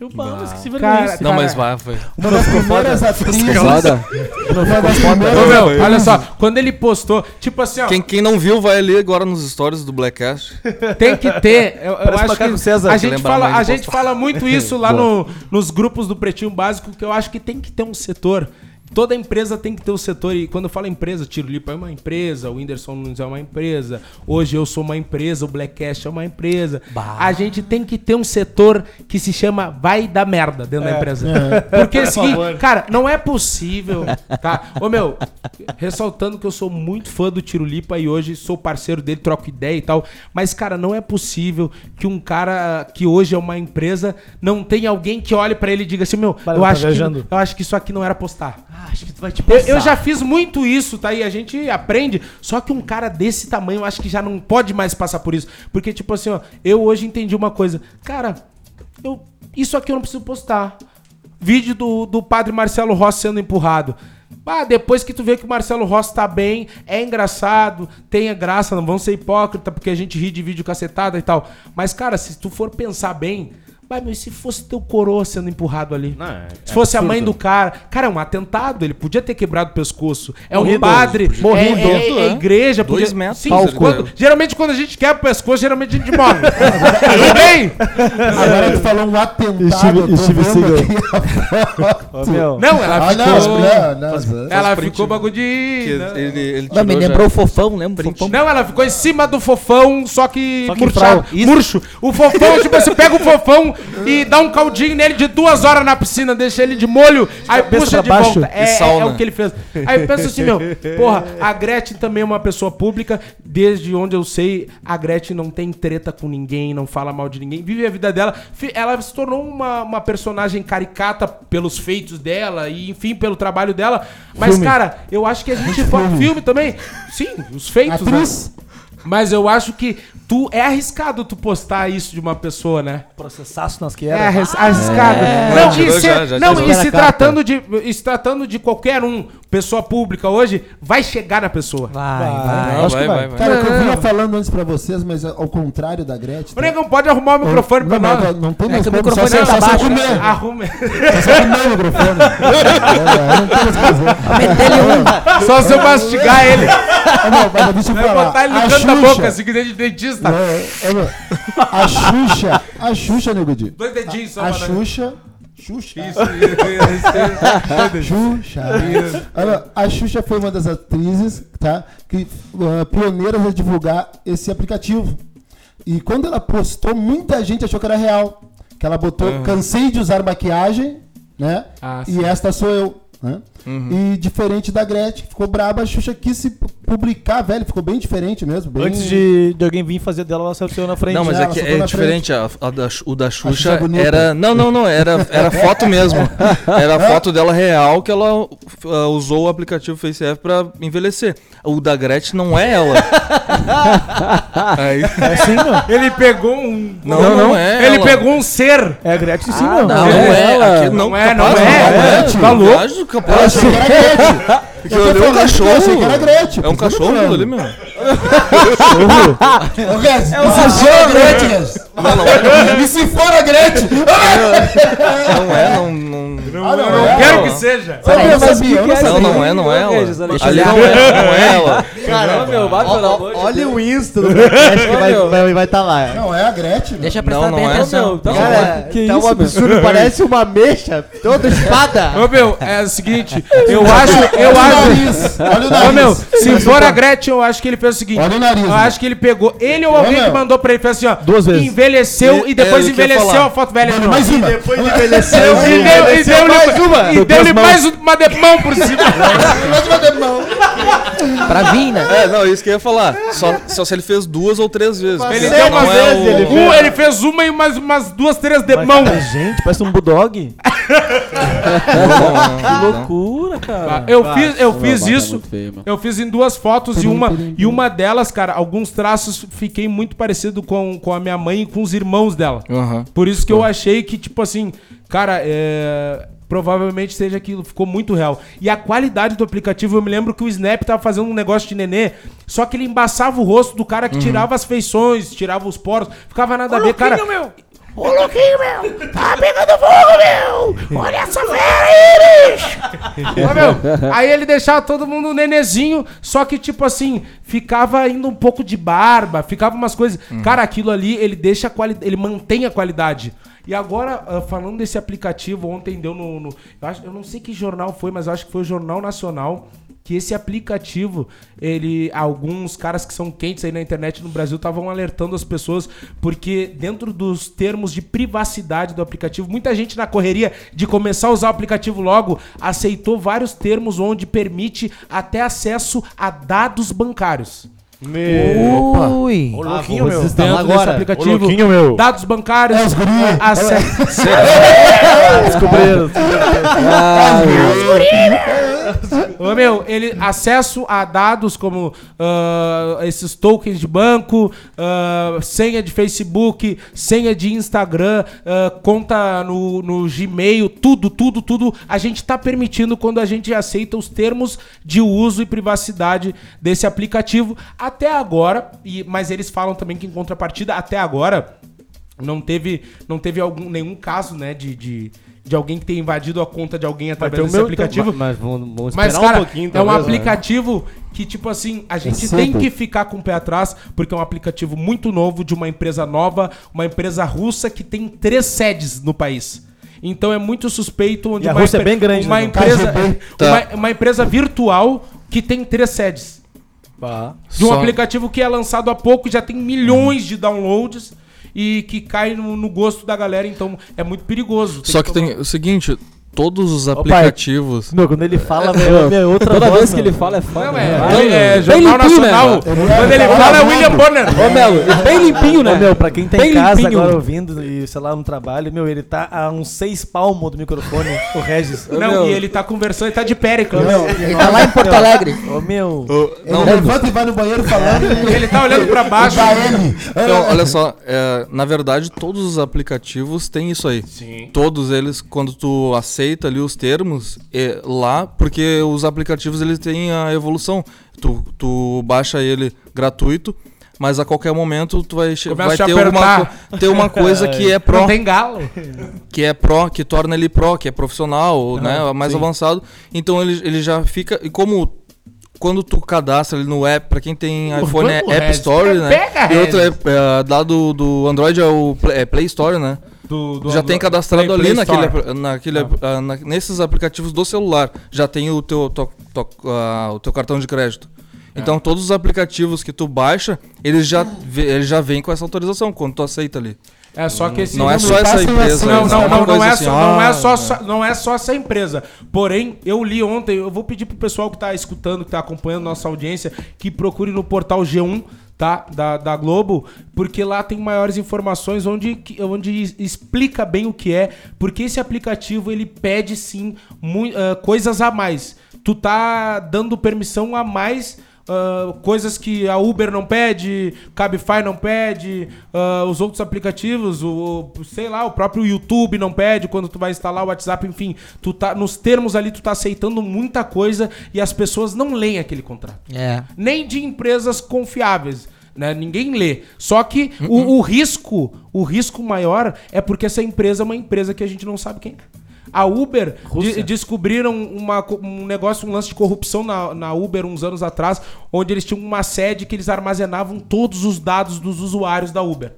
Eu, mano, esqueci ver Cara, isso. Não, mas vai, foi. Uma das primeiras atrizes. Foda. Uma das Ô, primeiras. meu, olha só, quando ele postou, tipo assim, ó, Quem, quem não viu vai ali agora nos stories do Blackcast. tem que ter. É, Eu, eu Parece acho macaco que César, a que gente lembra a fala, mãe a do gente fala muito isso lá no, nos grupos do Pretinho Básico, que eu acho que tem que ter um setor. Toda empresa tem que ter um setor, e quando eu falo empresa, Tiro Lipa é uma empresa, o Whindersson Nunes é uma empresa, hoje eu sou uma empresa, o Blackcast é uma empresa. A gente tem que ter um setor que se chama vai dar merda dentro É. da empresa. Porque assim, cara, não é possível, tá? Ô meu, ressaltando que eu sou muito fã do Tiro Lipa e hoje sou parceiro dele, troco ideia e tal, mas cara, não é possível que um cara que hoje é uma empresa não tenha alguém que olhe pra ele e diga assim, meu, Valeu, eu tá acho que viajando. eu acho que isso aqui não era postar. Acho que tu vai te Eu, eu já fiz muito isso, tá? E a gente aprende. Só que um cara desse tamanho, eu acho que já não pode mais passar por isso. Porque, tipo assim, ó, eu hoje entendi uma coisa. Cara, eu, isso aqui eu não preciso postar. Vídeo do, do padre Marcelo Rossi sendo empurrado. Ah, depois que tu vê que o Marcelo Rossi tá bem, é engraçado, tenha graça, não vamos ser hipócrita, porque a gente ri de vídeo cacetada e tal. Mas, cara, se tu for pensar bem, mas meu, e se fosse teu coroa sendo empurrado ali? Se fosse a mãe do cara. Cara, é um atentado. Ele podia ter quebrado o pescoço. É um padre. Morrido. É, é, é igreja. Dois podia- metros, Sim, palco. quando- geralmente quando a gente quebra o pescoço, geralmente a gente morre. Tudo bem? Agora tu falou um atentado. Steve- eu tô Steve vendo Seagal. aqui a foto. meu. Não, ela Ah, ficou... não, não, não. ela ficou bagulho de... Que não. ele, ele Não, me tirou já. lembrou o fofão, lembra? o Fofão. Não, ela ficou em cima do fofão, só que, Só que murchado. frau. Isso. Murcho. O fofão, tipo, você pega o fofão e dá um caldinho nele de duas horas na piscina, deixa ele de molho, aí cabeça puxa pra de baixo. volta. E É, é, sauna. o que ele fez. Aí eu penso assim, meu, porra, a Gretchen também é uma pessoa pública, desde onde eu sei, a Gretchen não tem treta com ninguém, não fala mal de ninguém, vive a vida dela. Fi- Ela se tornou uma, uma personagem caricata pelos feitos dela e, enfim, pelo trabalho dela. Mas, cara, eu acho que a gente... Filme. filme também. Sim, os feitos, né? Atriz. Mas eu acho que tu é arriscado tu postar isso de uma pessoa, né? Processaço nas que É era. arris- arriscado. Já Não, tirou, e se, já- já não, tirou. e Era se carta. tratando de e se tratando de qualquer um, pessoa pública hoje, vai chegar na pessoa. Vai, vai. Não, Acho que vai, vai. vai, vai. Cara, o que eu vinha falando antes pra vocês, mas é ao contrário da Gretchen. O negão pode arrumar o microfone não, pra Hum, não, nós. não, não tem É mais que o como, só microfone se- tá só se baixo. comer. Arrume. Só se comer o microfone. É, não tem mais o que fazer. Só se eu mastigar ele. Ô, meu, mas deixa eu Vai falar. botar ele A tá ligando a Xuxa- boca, assim que nem de dentista. Não, é- é, meu, A Xuxa, a Xuxa, nego Di. Dois dedinhos só A pra nós. Xuxa Xuxa. Isso, isso, isso. Xuxa. Olha, a Xuxa foi uma das atrizes, tá? Que ah, pioneiras a divulgar esse aplicativo. E quando ela postou, muita gente achou que era real. Que ela botou, cansei de usar maquiagem, né? Ah, e esta sou eu. Né? E diferente da Gretchen, que ficou braba, a Xuxa quis se pu- publicar, velho. Ficou bem diferente mesmo. Bem... Antes de, de alguém vir fazer dela, ela saiu na frente. Não, mas dela, é que ficou é na diferente. a- a da Xu- o da Xuxa Xuxa bonita. era. Não, não, não. Era, era foto mesmo. Era a foto dela real que ela ah, usou o aplicativo FaceApp pra envelhecer. O da Gretchen não é ela. Aí- Ele pegou um. Não, não, é Ele ela. pegou um ser. Ah, É a Gretchen sim, mano. Não, é ela. Aqui- Não é, não capaz, é. não Tá louco. Capaz, capaz. Achei que era a Gretchen. Porque Eu tô eu olhei um falando que eu achei cachorro. que era a Gretchen, É um por isso que eu tô cachorro falando. ali, meu. Ô, É Guedes, e se for a Gretchen, Guedes? E se for a Gretchen? Não é, não. Não, Ah, não, Não é. quero que seja. Sabe, eu sabia, eu não não, sabia. não é, não é ela. Deixa eu Ali olhar. não é, não é ela. Cara, meu, bate pelo amor de Olha Deus. o Insta do podcast que vai Olha, estar vai, vai tá lá. Não, é a Gretchen. Deixa eu Não, prestar não bem é. atenção. Não, tá Não, bom. Cara, Que tá isso, um absurdo, parece uma mecha toda espada. Ô meu, é o seguinte, eu acho, eu Olha o acho. nariz. Olha o Ô meu, nariz. se for a Gretchen, eu acho que ele fez o seguinte. Olha o nariz, Eu meu. acho que ele pegou. Ele ou alguém Ô, que meu. mandou pra ele fez assim, ó. Duas vezes. Envelheceu E- e depois é, eu queria envelheceu falar. a foto velha de novo. Mais uma. Depois de envelhecer, E deu- e deu-lhe mais uma. E deu-lhe mais uma de mão por cima. Pra vir, né? É, não, isso que eu ia falar. Só, só se ele fez duas ou três vezes. Ele Não deu é umas o- vezes, ele, fez. ele fez uma e mais umas duas, três de mão. Gente, parece um bulldog. Não, não, não. Loucura, cara. Eu fiz, eu fiz Tá isso. muito feio, meu. Eu fiz em duas fotos e uma, e uma delas, cara, alguns traços fiquei muito parecido com, com a minha mãe e com os irmãos dela. Aham. Por isso que eu achei que, tipo assim, cara, é, provavelmente seja aquilo, ficou muito real. E a qualidade do aplicativo, eu me lembro que o Snap tava fazendo um negócio de nenê, só que ele embaçava o rosto do cara que tirava as feições, tirava os poros, ficava nada a ver, cara. Ô, Luquinho, meu! Tá pegando fogo, meu! Olha essa fera aí, bicho! Ó, meu, aí ele deixava todo mundo nenezinho, só que, tipo assim, ficava ainda um pouco de barba, ficava umas coisas. Cara, aquilo ali, ele deixa a qualidade, ele mantém a qualidade. E agora, ah, falando desse aplicativo, ontem deu no. no- eu, acho- eu não sei que jornal foi, mas eu acho que foi o Jornal Nacional. Que esse aplicativo, ele. Alguns caras que são quentes aí na internet no Brasil estavam alertando as pessoas, porque dentro dos termos de privacidade do aplicativo, muita gente na correria de começar a usar o aplicativo logo aceitou vários termos onde permite até acesso a dados bancários. Tá, Ui. louquinho, Ah, meu. Dentro Instalar desse agora. aplicativo. meu. Dados bancários. É, os guri. É. acesso. Descobriram. Ô, meu, ele acesso a dados como ah, esses tokens de banco, ah, senha de Facebook, senha de Instagram, ah, conta no, no Gmail, tudo, tudo, tudo. A gente tá permitindo quando a gente aceita os termos de uso e privacidade desse aplicativo. Até agora, e, mas eles falam também que em contrapartida, até agora, Não teve, não teve algum, nenhum caso, né, de, de, de alguém que tenha invadido a conta de alguém através desse aplicativo. Mas vamos, vamos mas, esperar cara, um pouquinho, é um talvez, né? É aplicativo que, tipo assim, a gente tem que ficar com o pé atrás, porque é um aplicativo muito novo, de uma empresa nova, uma empresa russa que tem três sedes no país. Então é muito suspeito onde E a uma, Rússia é empre- bem grande, uma né? empresa Tá. uma- uma empresa virtual que tem três sedes. De um Só- aplicativo que é lançado há pouco, já tem milhões de downloads e que cai no, no gosto da galera, então é muito perigoso. Só que tem o seguinte, todos os pai. aplicativos. Meu, quando ele fala, velho, é outra Toda voz, vez que mano. ele fala é foda. Não, né? é, Bem é, limpinho, Jornal né, Nacional. mano? Quando ele fala é William Bonner. Ô, Melo, e bem limpinho, né? Ô, meu, pra quem tá em Bem casa limpinho. agora ouvindo e, sei lá, no trabalho, meu, ele tá a uns seis palmos do microfone, o Regis. Não, e ele tá conversando, ele tá de Péricles. Não, Tá lá em Porto Alegre. Ô, meu. Ele levanta e vai no banheiro falando. Ele tá olhando pra baixo. Pra ele. Então, olha só, é, na verdade, todos os aplicativos têm isso aí. Sim. Todos eles, quando tu aceita ali os termos, é, lá, porque os aplicativos eles têm a evolução. Tu, tu baixa ele gratuito, mas a qualquer momento tu vai, che- Começa vai a te ter, uma, apertar. co- ter uma coisa que é pró Não tem galo. que é pró, que torna ele pró, que é profissional, Ah, né, mais avançado. Então ele, ele já fica e como quando tu cadastra ele no app, pra quem tem iPhone é banco App Regis. Store, né? Pega, e outro é, é, lá do, do Android é o Play, é Play Store, né? Do, do já tem cadastrado Play- Play ali naquele, Store. apl- naquele apl- ah, na- nesses aplicativos do celular. Já tem o teu, to- to- ah, o teu cartão de crédito. É. Então todos os aplicativos que tu baixa, eles já, vê- eles já vêm com essa autorização quando tu aceita ali. É só que esse Não é número- só essa Passem empresa. assim, Não, eles não, são não, uma não é coisa só, assim, não é ah, só, só- não é só essa empresa. Porém, eu li ontem, eu vou pedir pro pessoal que tá escutando, que tá acompanhando nossa audiência, que procure no portal G1, tá? Da, da Globo, porque lá tem maiores informações onde, que- onde es- explica bem o que é, porque esse aplicativo ele pede sim mui- ah, coisas a mais. Tu tá dando permissão a mais ah, coisas que a Uber não pede, Cabify não pede, ah, os outros aplicativos, o, o- sei lá, o próprio YouTube não pede quando tu vai instalar o WhatsApp, enfim, tu tá nos termos ali tu tá aceitando muita coisa e as pessoas não leem aquele contrato É. nem de empresas confiáveis. Né? Ninguém lê. Só que o, o risco, o risco maior é porque essa empresa é uma empresa que a gente não sabe quem é. A Uber de- descobriram uma co- um negócio, um lance de corrupção na, na Uber uns anos atrás, onde eles tinham uma sede que eles armazenavam todos os dados dos usuários da Uber.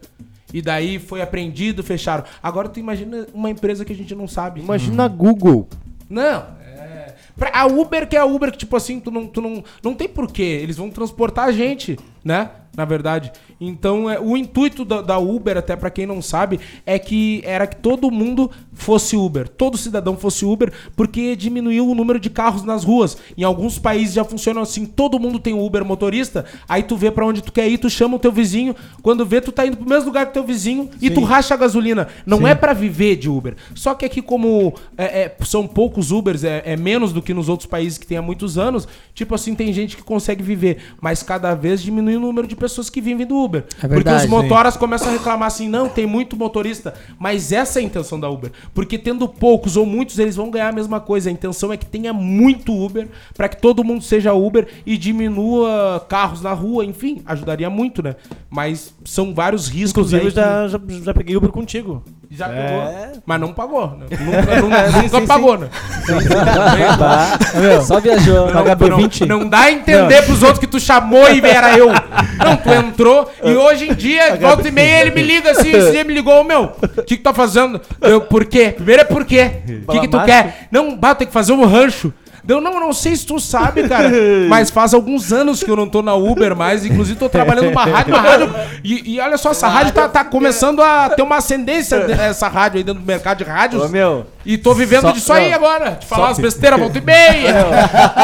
E daí foi apreendido, fecharam. Agora tu imagina uma empresa que a gente não sabe. Imagina a Google. Não. é. Pra- A Uber que é a Uber que, tipo assim, tu não, tu não, não tem porquê. Eles vão transportar a gente, né? Na verdade. Então, é, o intuito da, da Uber, até pra quem não sabe, é que era que todo mundo fosse Uber. Todo cidadão fosse Uber, porque diminuiu o número de carros nas ruas. Em alguns países já funciona assim. Todo mundo tem um Uber motorista. Aí tu vê pra onde tu quer ir, tu chama o teu vizinho. Quando vê, tu tá indo pro mesmo lugar que teu vizinho e tu racha a gasolina. Não é pra viver de Uber. Só que aqui, como é, é, são poucos Ubers, é, é menos do que nos outros países que tem há muitos anos, tipo assim, tem gente que consegue viver, mas cada vez diminui o número de pessoas que vivem do Uber. É verdade, Porque os motoras começam a reclamar assim, não, tem muito motorista, mas essa é a intenção da Uber. Porque tendo poucos ou muitos, eles vão ganhar a mesma coisa. A intenção é que tenha muito Uber, pra que todo mundo seja Uber e diminua carros na rua, enfim, ajudaria muito, né? Mas são vários riscos Inclusive, eu aí que- já, já, já peguei Uber contigo. já É. pegou, mas não pagou. Né? Nunca, nunca- nunca pagou, né? Tá. Só viajou. Pagar Não, B20? não dá a entender pros outros que tu chamou e era eu. Não, tu entrou e hoje em dia, volta e meia, ele me liga assim, esse dia me ligou, ô, meu, o que que tá fazendo? Eu, por quê? Primeiro é por quê? O que que tu quer? É, Não, bah, tem que fazer um rancho. Eu não, não sei se tu sabe, cara, mas faz alguns anos que eu não tô na Uber mais. Inclusive, tô trabalhando numa rádio, uma rádio. E, e olha só, essa rádio tá, tá começando a ter uma ascendência, de- essa rádio aí dentro do mercado de rádios. Ô, meu. E tô vivendo disso aí agora. De falar as besteiras, volta e meia.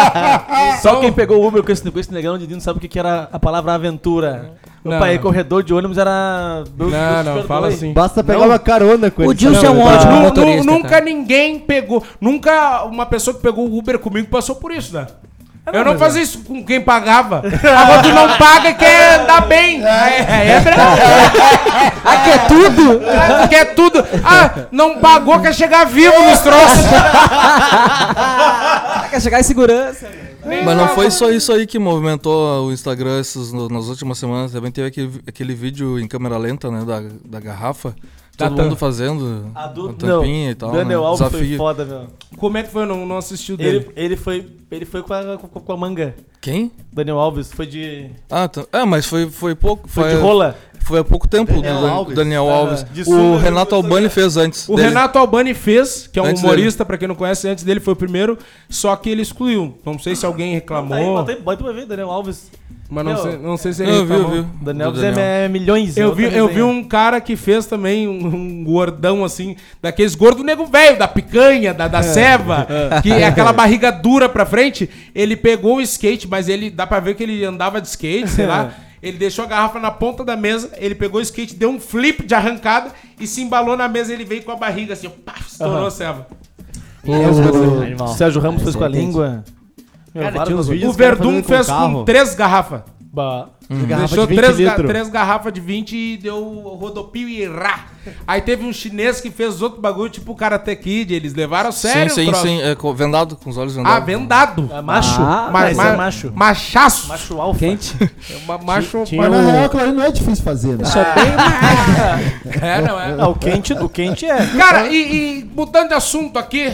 Só quem pegou Uber com esse, com esse negão de Dino sabe o que, que era a palavra aventura. Meu Não. pai, corredor de ônibus era. Deus- Não, Deus não, perdoe. fala assim. Basta pegar uma carona com tá O ele. Dilson é um Nu- ótimo nu- motorista. nunca cara. ninguém pegou. Nunca uma pessoa que pegou o Uber comigo passou por isso, né? É Eu não fazia isso com quem pagava. Agora tu não paga e quer andar bem. É, é brabo. Aqui é tudo! Ah, tu Quer tudo. Ah, não pagou, quer chegar vivo nos troços. Ah, quer chegar em segurança. Mas não foi só isso aí que movimentou o Instagram esses, no- nas últimas semanas. Também teve aquele, aquele vídeo em câmera lenta, né? Da, da garrafa. Da Todo tampa. mundo fazendo a Adulto, não. tampinha e tal. Daniel né? Alves foi Desafio. foda, meu. Como é que foi? Eu não, não assisti o dele. Ele, ele foi, ele foi com, a, com- com a manga. Quem? Daniel Alves foi de. Ah, tá. é, mas foi, foi pouco. Foi Foi, de rola. foi há pouco tempo do Daniel Dan- Alves. Daniel Ah, Alves. de o sunga, Renato Albani fez antes. O dele. Renato Albani fez, que é um Antes humorista, pra quem não conhece, antes dele foi o primeiro, só que ele excluiu. Não sei se alguém reclamou, Aí, bota aí, bota pra ver, Daniel Alves. mas não Meu, sei, não sei se ele Eu vi, eu reclamou. vi. Daniel Do Alves é mi- milhões. é Eu vi, outra eu vi resenha. um cara que fez também um, um gordão assim, daqueles gordo nego velho, da picanha, da, da ceva, que é aquela barriga dura pra frente. Ele pegou o skate, mas ele dá pra ver que ele andava de skate, sei lá. Ele deixou a garrafa na ponta da mesa, ele pegou o skate, deu um flip de arrancada e se embalou na mesa. Ele veio com a barriga assim, ó, pá, estourou a ceva. O é Sérgio Ramos fez com a língua. Meu, Cara, vários tinha uns bagulho. vídeos O Os caras Verdun fazendo com fez carro. Hum. com três garrafas. Bah. Garrafa Deixou de 20 três, ga- litros. três garrafas de 20 e deu rodopio e rá. Aí teve um chinês que fez outro bagulho, tipo o Karate Kid. Eles levaram a sério o Sim, sim, troço. sim. É, co- vendado, com os olhos vendados. Ah, vendado. Ah, macho. Ah, mas ma- é macho. Machaço. Macho alfa. Quente. Ma- macho. Mas na real, claro, não é difícil fazer, né? É, não é. Ah, o quente, o quente é. Uhum. Cara, e, e mudando de assunto aqui,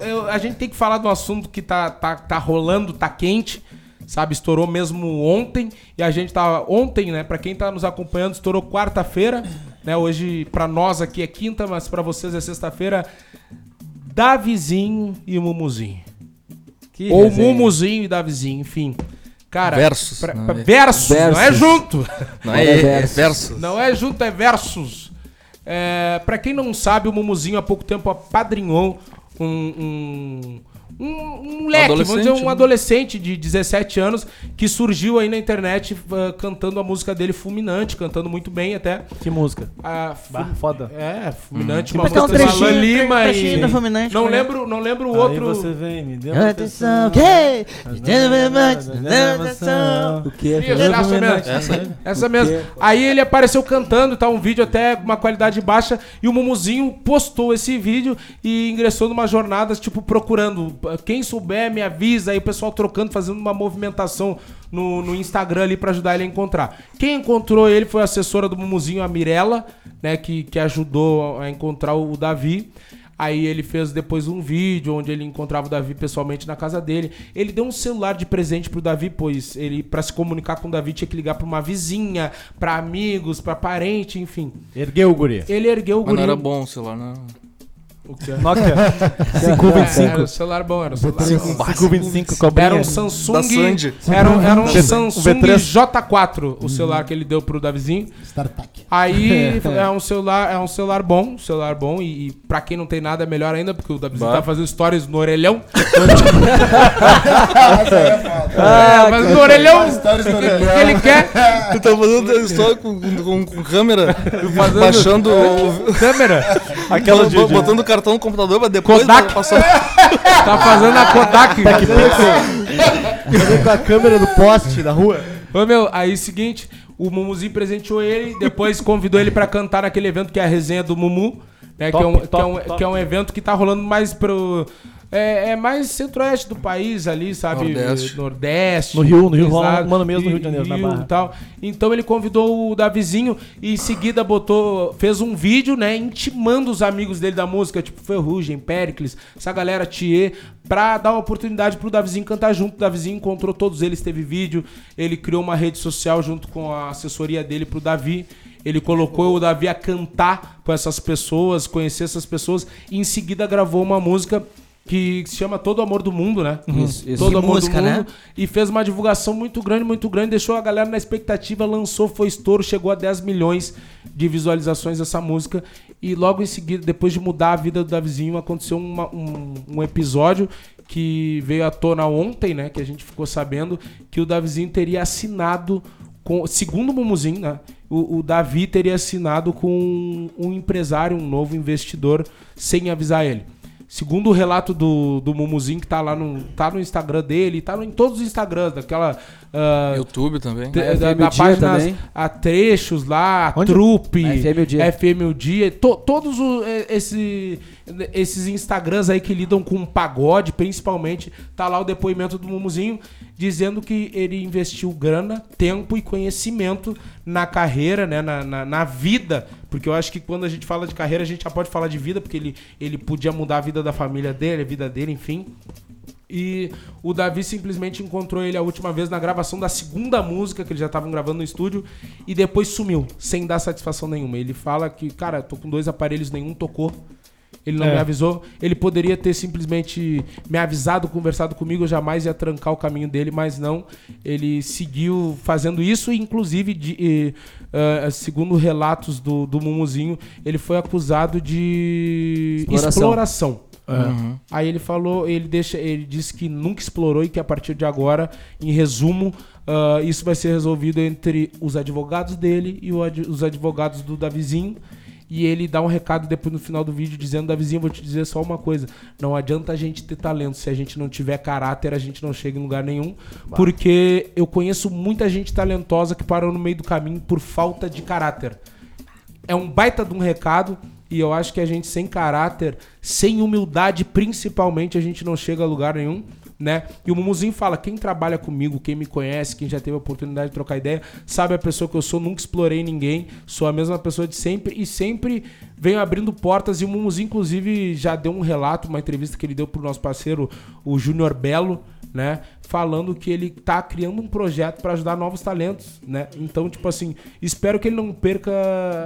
eu- a gente tem que falar de um assunto que tá, tá, tá rolando, tá quente, sabe? Estourou mesmo ontem, e a gente tá. Ontem, né? Pra quem tá nos acompanhando, estourou quarta-feira. né? Hoje, pra nós aqui é quinta, mas pra vocês é sexta-feira. Davizinho e Mumuzinho. Que Ou resenha. Mumuzinho e Davizinho, enfim. Cara, Versus, pra- não pra- é? versus, não é Versus. junto. Não é, É é, versus. verso. Não é junto, é versus. É, pra quem não sabe, o Mumuzinho há pouco tempo apadrinhou um. um... um- um moleque, vamos Adolescente, dizer, um né? adolescente de 17 anos que surgiu aí na internet ah, cantando a música dele Fulminante, cantando muito bem até. Que música? Ah, fu- Bah, foda. É, Fulminante, uma Botar música um do Alan trechinho, Lima tre- trechinho e... da Fulminante. Não como é? lembro, não lembro o Aí outro... você vem, me deu uma Atenção, atenção. que? Atenção. O que é Isso, essa mesmo. Essa é? mesmo. Aí ele apareceu cantando, tá? Um vídeo até com uma qualidade baixa. E o Mumuzinho postou esse vídeo e ingressou numa jornada, tipo, procurando. Quem souber, me avisa. Aí o pessoal trocando, fazendo uma movimentação no, no Instagram ali pra ajudar ele a encontrar. Quem encontrou ele foi a assessora do Mumuzinho, a Mirella, né? Que, que ajudou a encontrar o Davi. Aí ele fez depois um vídeo onde ele encontrava o Davi pessoalmente na casa dele. Ele deu um celular de presente pro Davi, pois ele para se comunicar com o Davi tinha que ligar pra uma vizinha, pra amigos, pra parente, enfim. Ergueu o guri. Ele ergueu o Mas não guri. era bom o celular, né? O que Nokia. É, era um celular bom, era um celular bom. 525, cobrinha. Era um Samsung. Da Sandy. Era um, era um V3. Samsung J4, o celular que ele deu pro Davizinho. Startup. Aí é um celular, é um celular bom, um celular bom e, e para quem não tem nada é melhor ainda, porque o Davizinho Bah. tá fazendo stories no orelhão. Ah, É, mas no orelhão, o Stories do que que ele quer? Tu tá fazendo história com, com, com câmera, baixando o- Câmera. Aquela botando o cartão no computador pra depois Kodak. passar. Tá fazendo a Kodak. tá Pegou com a câmera do poste da rua. Ô meu, aí seguinte, o Mumuzinho presenteou ele, depois convidou ele pra cantar naquele evento que é a resenha do Mumu, né? Top, que, é um, que, é top, um, top. que é um evento que tá rolando mais pro. É, é mais centro-oeste do país ali, sabe? Nordeste. Nordeste. No Rio, no Rio rola Exato. um ano mesmo no Rio de Janeiro, na Rio Barra. e tal. Então ele convidou o Davizinho e em seguida botou, fez um vídeo, né, intimando os amigos dele da música, tipo Ferrugem, Pericles, essa galera Thier, pra dar uma oportunidade pro Davizinho cantar junto. O Davizinho encontrou todos eles, teve vídeo, ele criou uma rede social junto com a assessoria dele pro Davi. Ele colocou o Davi a cantar com essas pessoas, conhecer essas pessoas, e em seguida gravou uma música que se chama Todo Amor do Mundo, né? Isso, isso. Todo Que Amor música, do Mundo. né? E fez uma divulgação muito grande, muito grande, deixou a galera na expectativa, lançou, foi estouro, chegou a 10 milhões de visualizações essa música. E logo em seguida, depois de mudar a vida do Davizinho, aconteceu uma- um, um episódio que veio à tona ontem, né? Que a gente ficou sabendo que o Davizinho teria assinado, com, segundo o Mumuzinho, né? O, o Davi teria assinado com um empresário, um novo investidor, sem avisar ele. Segundo o relato do, do Mumuzinho, que tá lá no, tá no Instagram dele, tá no- em todos os Instagrams, daquela. ah, YouTube também. te- da, Na FM da o Dia também. página a trechos lá, a Onde? trupe, Na FM o Dia. FM o Dia, to- todos o- eh, esse- esses Instagrams aí que lidam com pagode, principalmente, tá lá o depoimento do Mumuzinho dizendo que ele investiu grana, tempo e conhecimento na carreira, né, na, na- na vida, porque eu acho que quando a gente fala de carreira, a gente já pode falar de vida, porque ele, ele podia mudar a vida da família dele, a vida dele, enfim. E o Davi simplesmente encontrou ele a última vez na gravação da segunda música que eles já estavam gravando no estúdio e depois sumiu, sem dar satisfação nenhuma. Ele fala que, cara, tô com dois aparelhos, nenhum tocou. Ele não É. me avisou. Ele poderia ter simplesmente me avisado, conversado comigo, eu jamais ia trancar o caminho dele, mas não. Ele seguiu fazendo isso, e inclusive, de- e, ah, segundo relatos do, do Mumuzinho, ele foi acusado de Exploração. exploração. Uhum. Aí ele falou, ele deixa, ele disse que nunca explorou e que a partir de agora, em resumo, ah, isso vai ser resolvido entre os advogados dele e o ad- os advogados do Davizinho. E ele dá um recado depois no final do vídeo dizendo, Davizinho, vou te dizer só uma coisa. Não adianta a gente ter talento. Se a gente não tiver caráter, a gente não chega em lugar nenhum. Porque eu conheço muita gente talentosa que parou no meio do caminho por falta de caráter é um baita de um recado e eu acho que a gente sem caráter, sem humildade principalmente, a gente não chega a lugar nenhum, né? E o Mumuzinho fala, quem trabalha comigo, quem me conhece, quem já teve a oportunidade de trocar ideia, sabe a pessoa que eu sou, nunca explorei ninguém, sou a mesma pessoa de sempre e sempre venho abrindo portas e o Mumuzinho inclusive já deu um relato, uma entrevista que ele deu pro nosso parceiro, o Júnior Belo, né? falando que ele tá criando um projeto pra ajudar novos talentos, né? Então, tipo assim, espero que ele não perca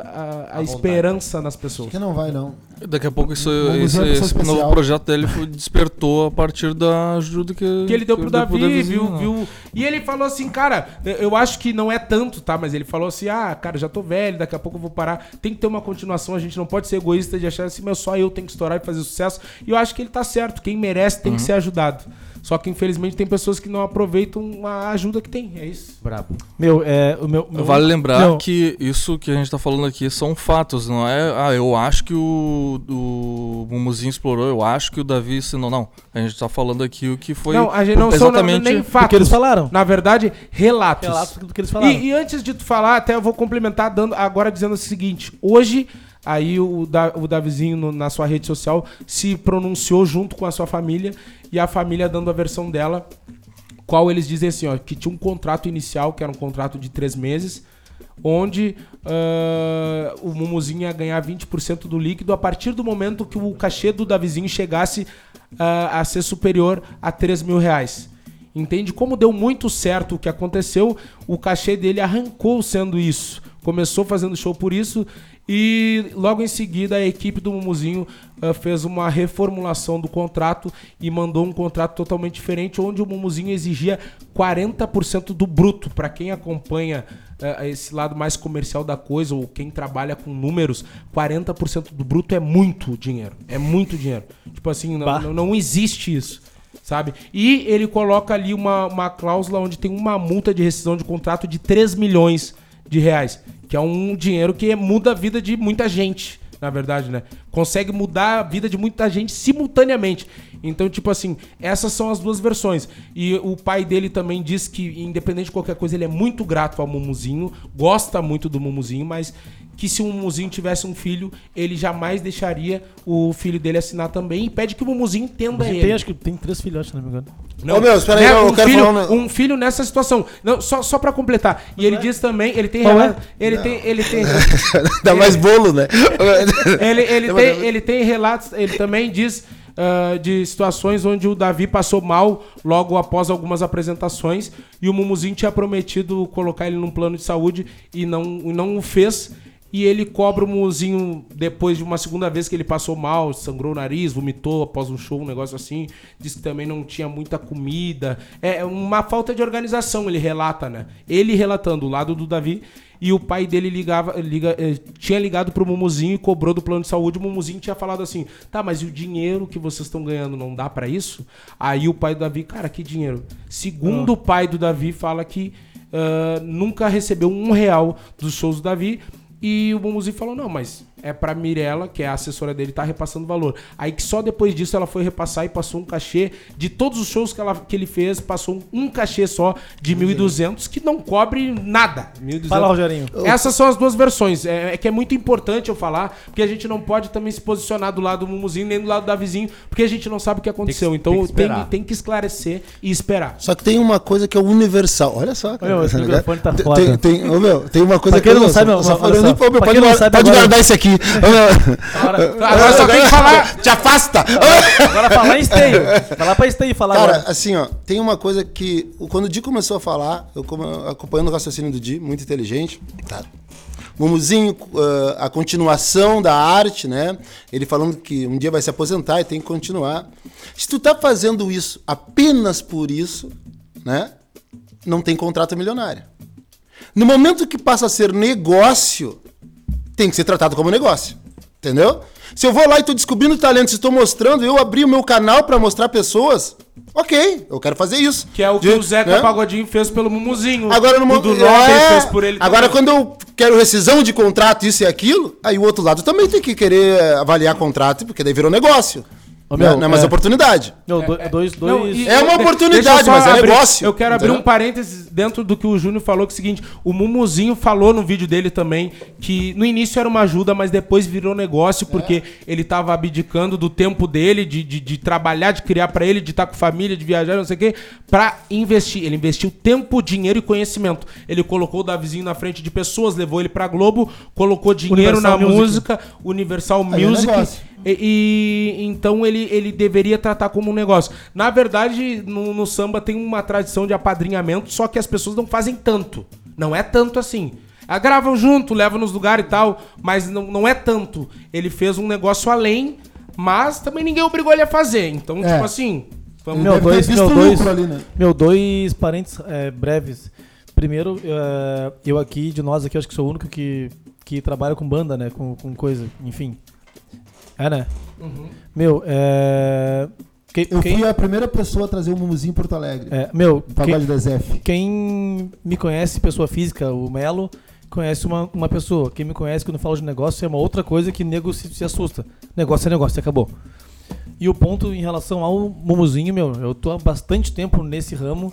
a, a esperança nas pessoas. Que não vai, não. Daqui a pouco isso, Vamos esse, usar a pessoa esse novo especial. projeto dele foi- despertou a partir da ajuda que, que ele deu que pro Davi, Davizinho, viu, né? viu? E ele falou assim, cara, eu- eu acho que não é tanto, tá? Mas ele falou assim, ah, cara, já tô velho, daqui a pouco eu vou parar. Tem que ter uma continuação, a gente não pode ser egoísta de achar assim, meu, só eu tenho que estourar e fazer sucesso. E eu acho que ele tá certo, quem merece tem que ser ajudado. Só que infelizmente tem pessoas que não aproveitam a ajuda que tem, é isso. Brabo. Meu, é. O meu, meu- Vale lembrar Não, que isso que a gente tá falando aqui são fatos, não é? Ah, eu acho que o, o Mumuzinho explorou, eu acho que o Davi ensinou. Não, a gente tá falando aqui o que foi. não, a gente não são exatamente. nem O que fatos. eles falaram. Na verdade, relatos. Relatos do que eles falaram. E, e antes de tu falar, até eu vou complementar dando, agora dizendo o seguinte: hoje, aí o, da, o Davizinho no- na sua rede social se pronunciou junto com a sua família e a família dando a versão dela, qual eles dizem assim: ó, que tinha um contrato inicial, que era um contrato de três meses. Onde ah, o Mumuzinho ia ganhar 20% do líquido a partir do momento que o cachê do Davizinho chegasse ah, a ser superior a 3 mil reais. Entende? Como deu muito certo o que aconteceu, o cachê dele arrancou sendo isso. Começou fazendo show por isso e logo em seguida a equipe do Mumuzinho ah, fez uma reformulação do contrato e mandou um contrato totalmente diferente, onde o Mumuzinho exigia 40% do bruto. Para quem acompanha ah, esse lado mais comercial da coisa ou quem trabalha com números, 40% do bruto é muito dinheiro. É muito dinheiro. Tipo assim, não- Bah. não, não existe isso sabe? E ele coloca ali uma, uma cláusula onde tem uma multa de rescisão de contrato de 3 milhões de reais, que é um dinheiro que muda a vida de muita gente, na verdade, né? Consegue mudar a vida de muita gente simultaneamente. Então, tipo assim, essas são as duas versões. E o pai dele também diz que, independente de qualquer coisa, ele é muito grato ao Mumuzinho, gosta muito do Mumuzinho, mas que se o Mumuzinho tivesse um filho, ele jamais deixaria o filho dele assinar também e pede que o Mumuzinho entenda Você ele. tem, acho que tem três filhotes, se não me engano. Não, Ô, meu, espera aí, eu um quero filho, falar um- um filho nessa situação. Não, só só para completar. E ele diz também, ele tem Qual é? relato- ele tem ele tem Dá mais bolo, né? ele, ele, Não, tem, mas eu- ele tem relatos, ele também diz ah, de situações onde o Davi passou mal logo após algumas apresentações e o Mumuzinho tinha prometido colocar ele num plano de saúde e não, e não o fez. E ele cobra o Mumuzinho depois de uma segunda vez que ele passou mal, sangrou o nariz, vomitou após um show, um negócio assim. Diz que também não tinha muita comida. É uma falta de organização, ele relata, né? Ele relatando o lado do Davi e o pai dele ligava, liga, eh, tinha ligado pro Mumuzinho e cobrou do plano de saúde. O Mumuzinho tinha falado assim: tá, mas e o dinheiro que vocês estão ganhando não dá pra isso? Aí o pai do Davi, cara, que dinheiro? Segundo o pai do Davi, fala que ah, nunca recebeu um real dos shows do Davi. E o Mumuzinho falou: não, mas é pra Mirella, que é a assessora dele, tá repassando valor. Aí que só depois disso ela foi repassar e passou um cachê de todos os shows que, ela, que ele fez, passou um cachê só de 1.200, que não cobre nada. 1.200. Fala, Rogerinho. Essas são as duas versões. É, é que é muito importante eu falar, porque a gente não pode também se posicionar do lado do Mumuzinho nem do lado da vizinho, porque a gente não sabe o que aconteceu. então tem tem que que, tem, esperar. que esclarecer e esperar. Só que tem uma coisa que é universal. Olha só, cara. Olha, esse ligado? microfone é tá é Tem- foda. Tem, tem, ô, meu, tem uma coisa Pra quem não eu- sabe, eu só olha falei, só. nem- ô, é meu, Pra pode quem não guardar- sabe pode agora- guardar isso aqui. Ô, meu. Agora só tem que falar. Te afasta! Agora falar em esteio. Falar pra esteio falar Cara, agora. assim, ó, tem uma coisa que. o- Quando o Di começou a falar, eu como- acompanhando o raciocínio do Di, muito inteligente. Tá. Mumuzinho, ah, a continuação da arte, né? Ele falando que um dia vai se aposentar e tem que continuar. Se tu tá fazendo isso apenas por isso, né? Não tem contrato milionário. No momento que passa a ser negócio, tem que ser tratado como negócio. Entendeu? Se eu vou lá e tô descobrindo talentos, estou mostrando, eu abri o meu canal para mostrar pessoas, ok, eu quero fazer isso. Que é o que De- o Zeca né? Pagodinho fez pelo Mumuzinho. Agora no O mo- do Nobre é, fez por ele Agora também. quando eu quero rescisão de contrato, isso e aquilo, aí o outro lado também tem que querer eh, avaliar contrato, porque daí virou negócio. Ô, Né? meu, não é mais é. oportunidade. Não, do- dois, dois. Não, e- É uma de- deixa oportunidade, eu só mas é abrir- negócio, Eu quero abrir entendeu? um parênteses dentro do que o Júnior falou, que é o seguinte, o Mumuzinho falou no vídeo dele também que no início era uma ajuda, mas depois virou negócio, porque É. ele tava abdicando do tempo dele, de, de, de trabalhar, de criar pra ele, de estar com família, de viajar, não sei o quê, pra investir. Ele investiu tempo, dinheiro e conhecimento. Ele colocou o Davizinho na frente de pessoas, levou ele pra Globo, colocou dinheiro Universal na Music. música, Universal Aí é Music. negócio. E, e- então ele, ele deveria tratar como um negócio. Na verdade, no, no samba tem uma tradição de apadrinhamento, só que as pessoas não fazem tanto. Não é tanto assim. Ah, gravam junto, levam nos lugares e tal, mas não, não é tanto. Ele fez um negócio além, mas também ninguém obrigou ele a fazer. Então, É. tipo assim, vamos meu, dois, meu, o dois, né? meu, dois parentes é, breves. Primeiro, é, eu aqui, de nós aqui, acho que sou o único que, que trabalha com banda, né? Com, com coisa, enfim. É, né? Meu, é... que- Eu quem- fui a primeira pessoa a trazer o Mumuzinho em Porto Alegre. É, meu, No pagode da Zef. quem me conhece, pessoa física, o Melo, conhece uma, uma pessoa. Quem me conhece quando fala de negócio é uma outra coisa que nego se, se assusta. Negócio é negócio, acabou. E o ponto em relação ao Mumuzinho, meu, eu tô há bastante tempo nesse ramo.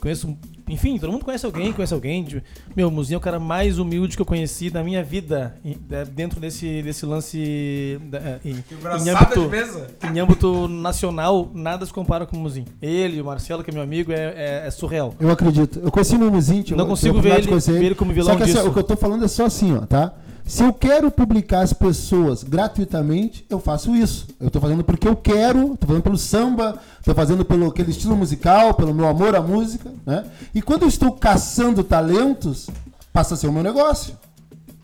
Conheço, enfim, todo mundo conhece alguém, conhece alguém. de- Meu, o Mumuzinho é o cara mais humilde que eu conheci na minha vida, em- de- dentro desse, desse lance. da- é, em, Engraçada em âmbito- de mesa. em âmbito nacional, nada se compara com o Muzin. Ele, o Marcelo, que é meu amigo, é, é- é surreal. Eu acredito. Eu conheci o Mumuzinho. tive- Não tive consigo a oportunidade ver de ele- conhecer ver ele como vilão Só que assim, disso. o que eu tô falando é só assim, ó, tá? Se eu quero publicar as pessoas gratuitamente, eu faço isso. Eu tô fazendo porque eu quero, tô fazendo pelo samba, tô fazendo pelo aquele estilo musical, pelo meu amor à música, né? E quando eu estou caçando talentos, passa a ser o meu negócio.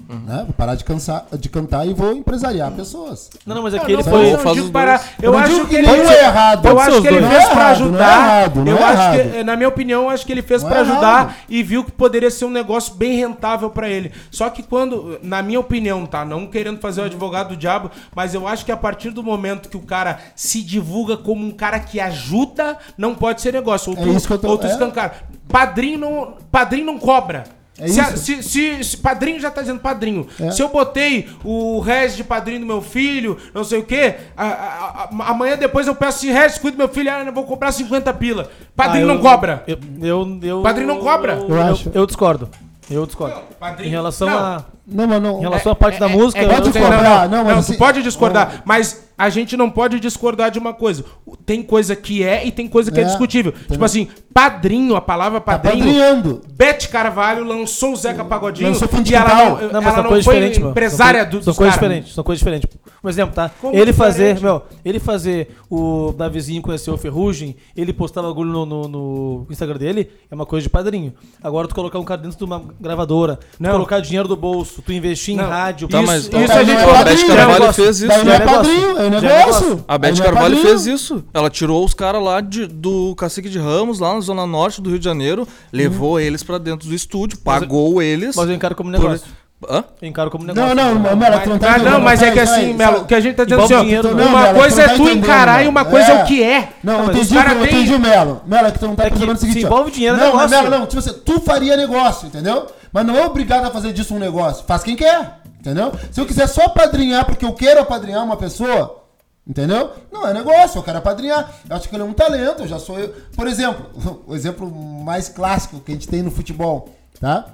Uhum. Né? Vou parar de, cansar, de cantar e vou empresariar pessoas. Não, não, mas Ah, aqui ele não, foi. não, eu digo para- Eu, não acho digo que ele não é errado. Eu acho que ele Não é fez pra errado, não é ajudar. errado, não eu é acho que- errado. na minha opinião, eu acho que ele fez Não é pra errado. ajudar e viu que poderia ser um negócio bem rentável pra ele. Só que quando, na minha opinião, tá, não querendo fazer o advogado do diabo, mas eu acho que a partir do momento que o cara se divulga como um cara que ajuda, não pode ser negócio. Ou É isso que eu tô- ou tu é. escancar. Padrinho não, padrinho não cobra. É se, a- isso. se, se- se- padrinho já tá dizendo padrinho. É. Se eu botei o Regis de padrinho do meu filho, não sei o quê, a- a- a- amanhã depois eu peço assim, Regis, cuida do meu filho, ah, eu vou cobrar 50 pila. Padrinho Ah, eu- não cobra. Eu, eu, eu- Padrinho não cobra. Eu, acho. eu discordo. Eu discordo. em relação não. a. Não, mas não. Em relação à é, parte da música, eu- pode eu- cobrar, não, mas tu assim- pode discordar, mas a gente não pode discordar de uma coisa. Tem coisa que é e tem coisa que é, É, discutível. Tipo entendeu? Tá assim, padrinho, a palavra é padrinho. padrinhando. Bete Carvalho lançou o Zeca Pagodinho Lançou fundo de e ela quintal. não, Não, ela mas são não coisas foi diferentes, mano. empresária do, São coisas- São dos coisas caras. diferentes, são coisas diferentes. Um exemplo, tá? Como ele fazer, diferente? meu, ele fazer o Davizinho conhecer o Ferrugem, ele postar bagulho no, no- no Instagram dele, é uma coisa de padrinho. Agora tu colocar um cara dentro de uma gravadora, tu Não. colocar dinheiro do bolso, tu investir Não. em rádio. Tá, mas- é isso um a gente- negócio. a Beth Já é um Carvalho negócio. fez isso. Já Daí não é negócio. padrinho, é um Já é um negócio. A Beth Aí não é Carvalho padrinho. fez isso. Ela tá tirou os caras lá de- do Cacique de Ramos, lá na Zona Norte do Rio de Janeiro, levou eles pra dentro do estúdio, pagou eles. Mas eu encaro como por- negócio. Hã? Eu encaro como negócio. É Não, não, não, Melo, tu não tá Ah, não, mas é que Vai, vai, assim, Melo, o sabe? que a gente tá dizendo assim, Envolve ó, dinheiro, não, uma Melo, coisa tu é não tá tu entendendo, encarar e Melo. uma coisa é, o que é. Não, Não, mas entendi, os cara o que- eu tem- entendi o Melo. Melo, é que tu não tá É que percebendo o se seguinte. ó. envolve dinheiro, é não, mas negócio. Melo, não. Tipo assim, tu faria negócio, entendeu? Mas não é obrigado a fazer disso um negócio. Faz quem quer, entendeu? Se eu quiser só padrinhar porque eu quero apadrinhar uma pessoa, entendeu? Não é negócio, eu quero apadrinhar. Eu acho que ele é um talento, eu já sou eu. Por exemplo, o exemplo mais clássico que a gente tem no futebol, tá?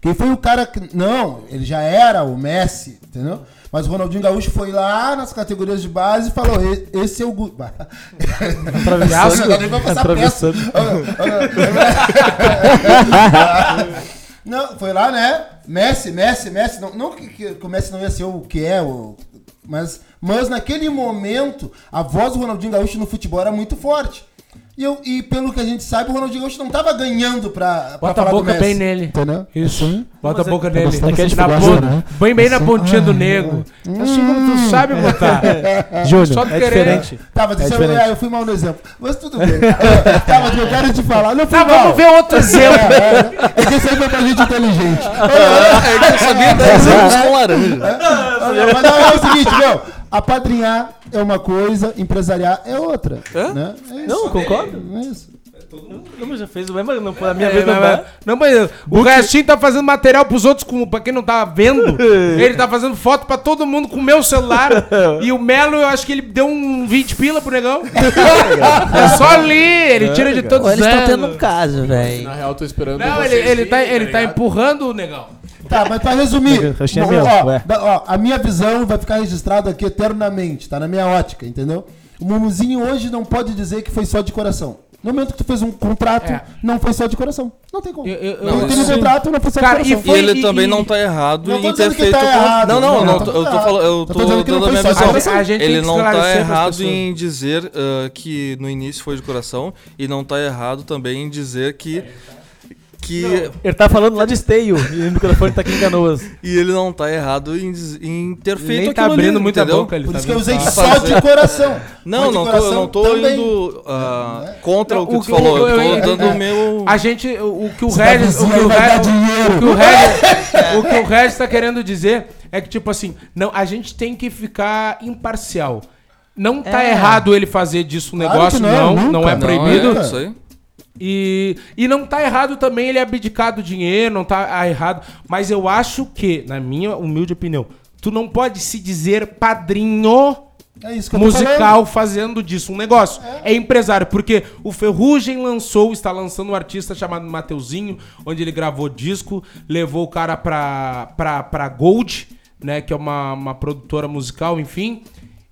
Quem foi o cara que. Não, ele já era o Messi, entendeu? Mas o Ronaldinho Gaúcho foi lá nas categorias de base e falou: "E- esse é o. Gu... Atravessando. Não dá nem pra passar Atravessando. peça. Não, foi lá, né? Messi, Messi, Messi. Não, não que, que, que o Messi não ia ser o que é, o, mas, mas naquele momento, a voz do Ronaldinho Gaúcho no futebol era muito forte. E, eu, e pelo que a gente sabe, o Ronaldinho Gaúcho não tava ganhando pra, pra Bota a falar do boca Messi. bem nele. Entendeu? Isso. Bota a Mas é- boca tá nele. gostando dessa Na figura, ponta. né? Bem bem na pontinha do nego. Assim como tu sabe botar. Júnior, Só tu é querer. diferente. Tava É dizendo, diferente. ah, eu fui mal no exemplo. Mas tudo bem. tava, eu quero te falar. Não fui Tá, mal. vamos ver outro exemplo. É, é que esse aí foi pra gente inteligente. É que eu sabia 10 anos com laranja. Olha, Mas não, é o seguinte, meu. Apadrinhar é uma coisa, empresariar é outra. Né? É isso. Não, concordo. Não é isso. Não, mas já fez o mesmo, não, a minha É, vez não mas- dá. não, mas o Restinho tá fazendo material pros outros, com, pra quem não tá vendo. ele tá fazendo foto pra todo mundo com o meu celular. e o Melo, eu acho que ele deu um 20 pila pro negão. é só ali, ele tira de todos os Ou eles estão anos. tendo um caso, velho. Na real, tô esperando. Não, vocês ele, ele, virem, tá, ele tá ligado? empurrando o negão. Tá, mas pra resumir, Eu tinha ó, medo, ó, ué. da- ó, a minha visão vai ficar registrada aqui eternamente, tá na minha ótica, entendeu? O Mumuzinho hoje não pode dizer que foi só de coração. No momento que tu fez um contrato, É. não foi só de coração. Não tem como. eu- não eu- teve sim. contrato, não foi só de Cara, coração. E ele também não tá errado Não tô em ter dizendo que feito. tá com- errado, não, não, não, não, não, eu tô tá. falando, eu Eu tô tô dizendo que não dando foi a minha só de visão. coração. A gente tem ele que não tá esclarecer pras errado pessoas. em dizer ah, que no início foi de coração e não tá errado também em dizer É, que tá. que Ele tá falando lá de esteio e o microfone tá aqui em canoas. e ele não tá errado em, diz- em ter feito Nem tá aquilo abrindo ali, muita entendeu? boca, ele Por tá isso que eu vendo. usei Tá só de fazendo. coração. Não, Mas de não tô, coração não tô também. Né? indo ah, contra o que Não, tu falou, eu, eu- tô dando é, o meu... A gente, o, o que o Essa Regis, o que vizinha o vai dar Regis, dinheiro. o que o Regis, o que o Regis tá querendo dizer é que tipo assim, não, a gente tem que ficar imparcial. Não tá É. errado ele fazer disso um Claro negócio, que não, não, não, nunca. é Não, proibido. é isso aí. E, e não tá errado também ele abdicar do dinheiro, não tá ah, errado. Mas eu acho que, na minha humilde opinião, tu não pode se dizer padrinho É isso que eu tô falando. musical fazendo disso um negócio. É. empresário, porque o Ferrugem lançou, está lançando um artista chamado Mateuzinho, onde ele gravou disco, levou o cara pra, pra, pra Gold, né, que é uma, uma produtora musical, enfim.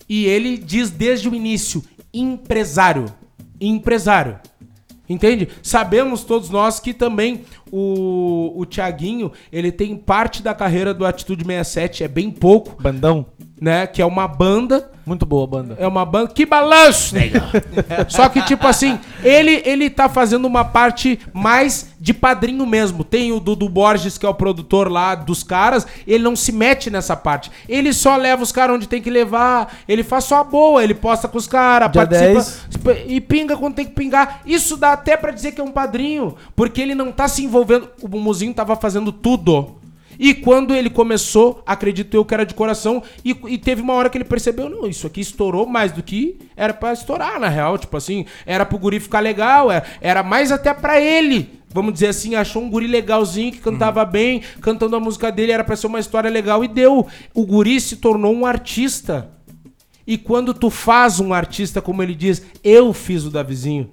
E ele diz desde o início, empresário, empresário. Entende? Sabemos todos nós que também o, o Tiaguinho, ele tem parte da carreira do Atitude 67, é bem pouco, Bandão. né? Que é uma banda Muito boa a banda. é uma banda. Que balanço, nego! Só que, tipo assim, ele, ele tá fazendo uma parte mais de padrinho mesmo. Tem o Dudu Borges, que é o produtor lá dos caras, ele não se mete nessa parte. Ele só leva os caras onde tem que levar, ele faz só a boa, ele posta com os caras, Dia participa 10. e pinga quando tem que pingar. Isso dá até pra dizer que é um padrinho, porque ele não tá se envolvendo. O Mumuzinho tava fazendo tudo. E quando ele começou, acredito eu que era de coração, e, e teve uma hora que ele percebeu, não, isso aqui estourou mais do que era pra estourar, na real, tipo assim, era pro guri ficar legal, era, era mais até pra ele, vamos dizer assim, achou um guri legalzinho que cantava bem, cantando a música dele, era pra ser uma história legal, e deu. O guri se tornou um artista, e quando tu faz um artista, como ele diz, eu fiz o Davizinho.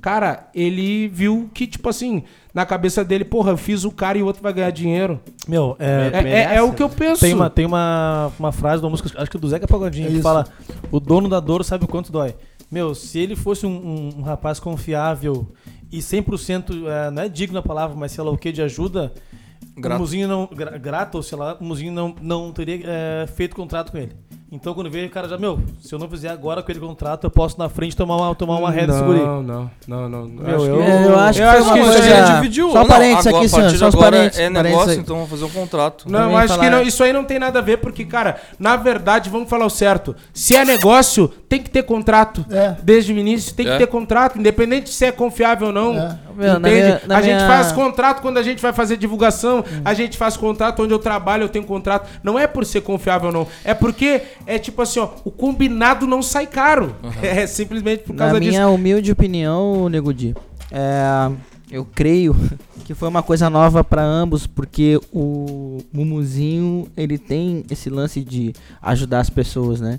Cara, ele viu que, tipo assim, na cabeça dele, porra, eu fiz o cara e o outro vai ganhar dinheiro. Meu, É, é- é o que eu penso. né? Tem uma, tem uma, uma frase de uma música, acho que do Zeca Pagodinho, É que isso. fala: O dono da dor sabe o quanto dói. Meu, se ele fosse um, um- um rapaz confiável e 100%, é, não é digno a palavra, mas sei lá o que, de ajuda, Grato. o Muzinho não. gra- grato, ou sei lá, o Muzinho não, não teria é, feito contrato com ele. Então quando veio, o cara já, meu, se eu não fizer agora aquele contrato, eu posso na frente tomar uma, tomar uma ré desse guri. Não, não, não, não. não. Meu, Acho que- eu- É, eu acho Eu que, acho foi que isso uma Mas aí coisa- ele dividiu. Só não, parênteses agora, aqui, a senhor. partir de Só os agora parênteses. É parênteses negócio, aí. então vamos fazer um contrato. Não, Também eu acho que falar- não, isso aí não tem nada a ver, porque, cara, na verdade, vamos falar o certo. Se é negócio, tem que ter contrato. É. Desde o início, tem que É. ter contrato, independente se é confiável ou não. É. Meu, na Entende? minha- na a gente minha- faz contrato quando a gente vai fazer divulgação, a gente faz contrato onde eu trabalho, eu tenho contrato. Não é por ser confiável ou não. É porque é tipo assim, ó, o combinado não sai caro. É simplesmente por causa Na disso. minha humilde opinião, Nego Di, é, eu creio que foi uma coisa nova pra ambos, porque o Mumuzinho, ele tem esse lance de ajudar as pessoas, né?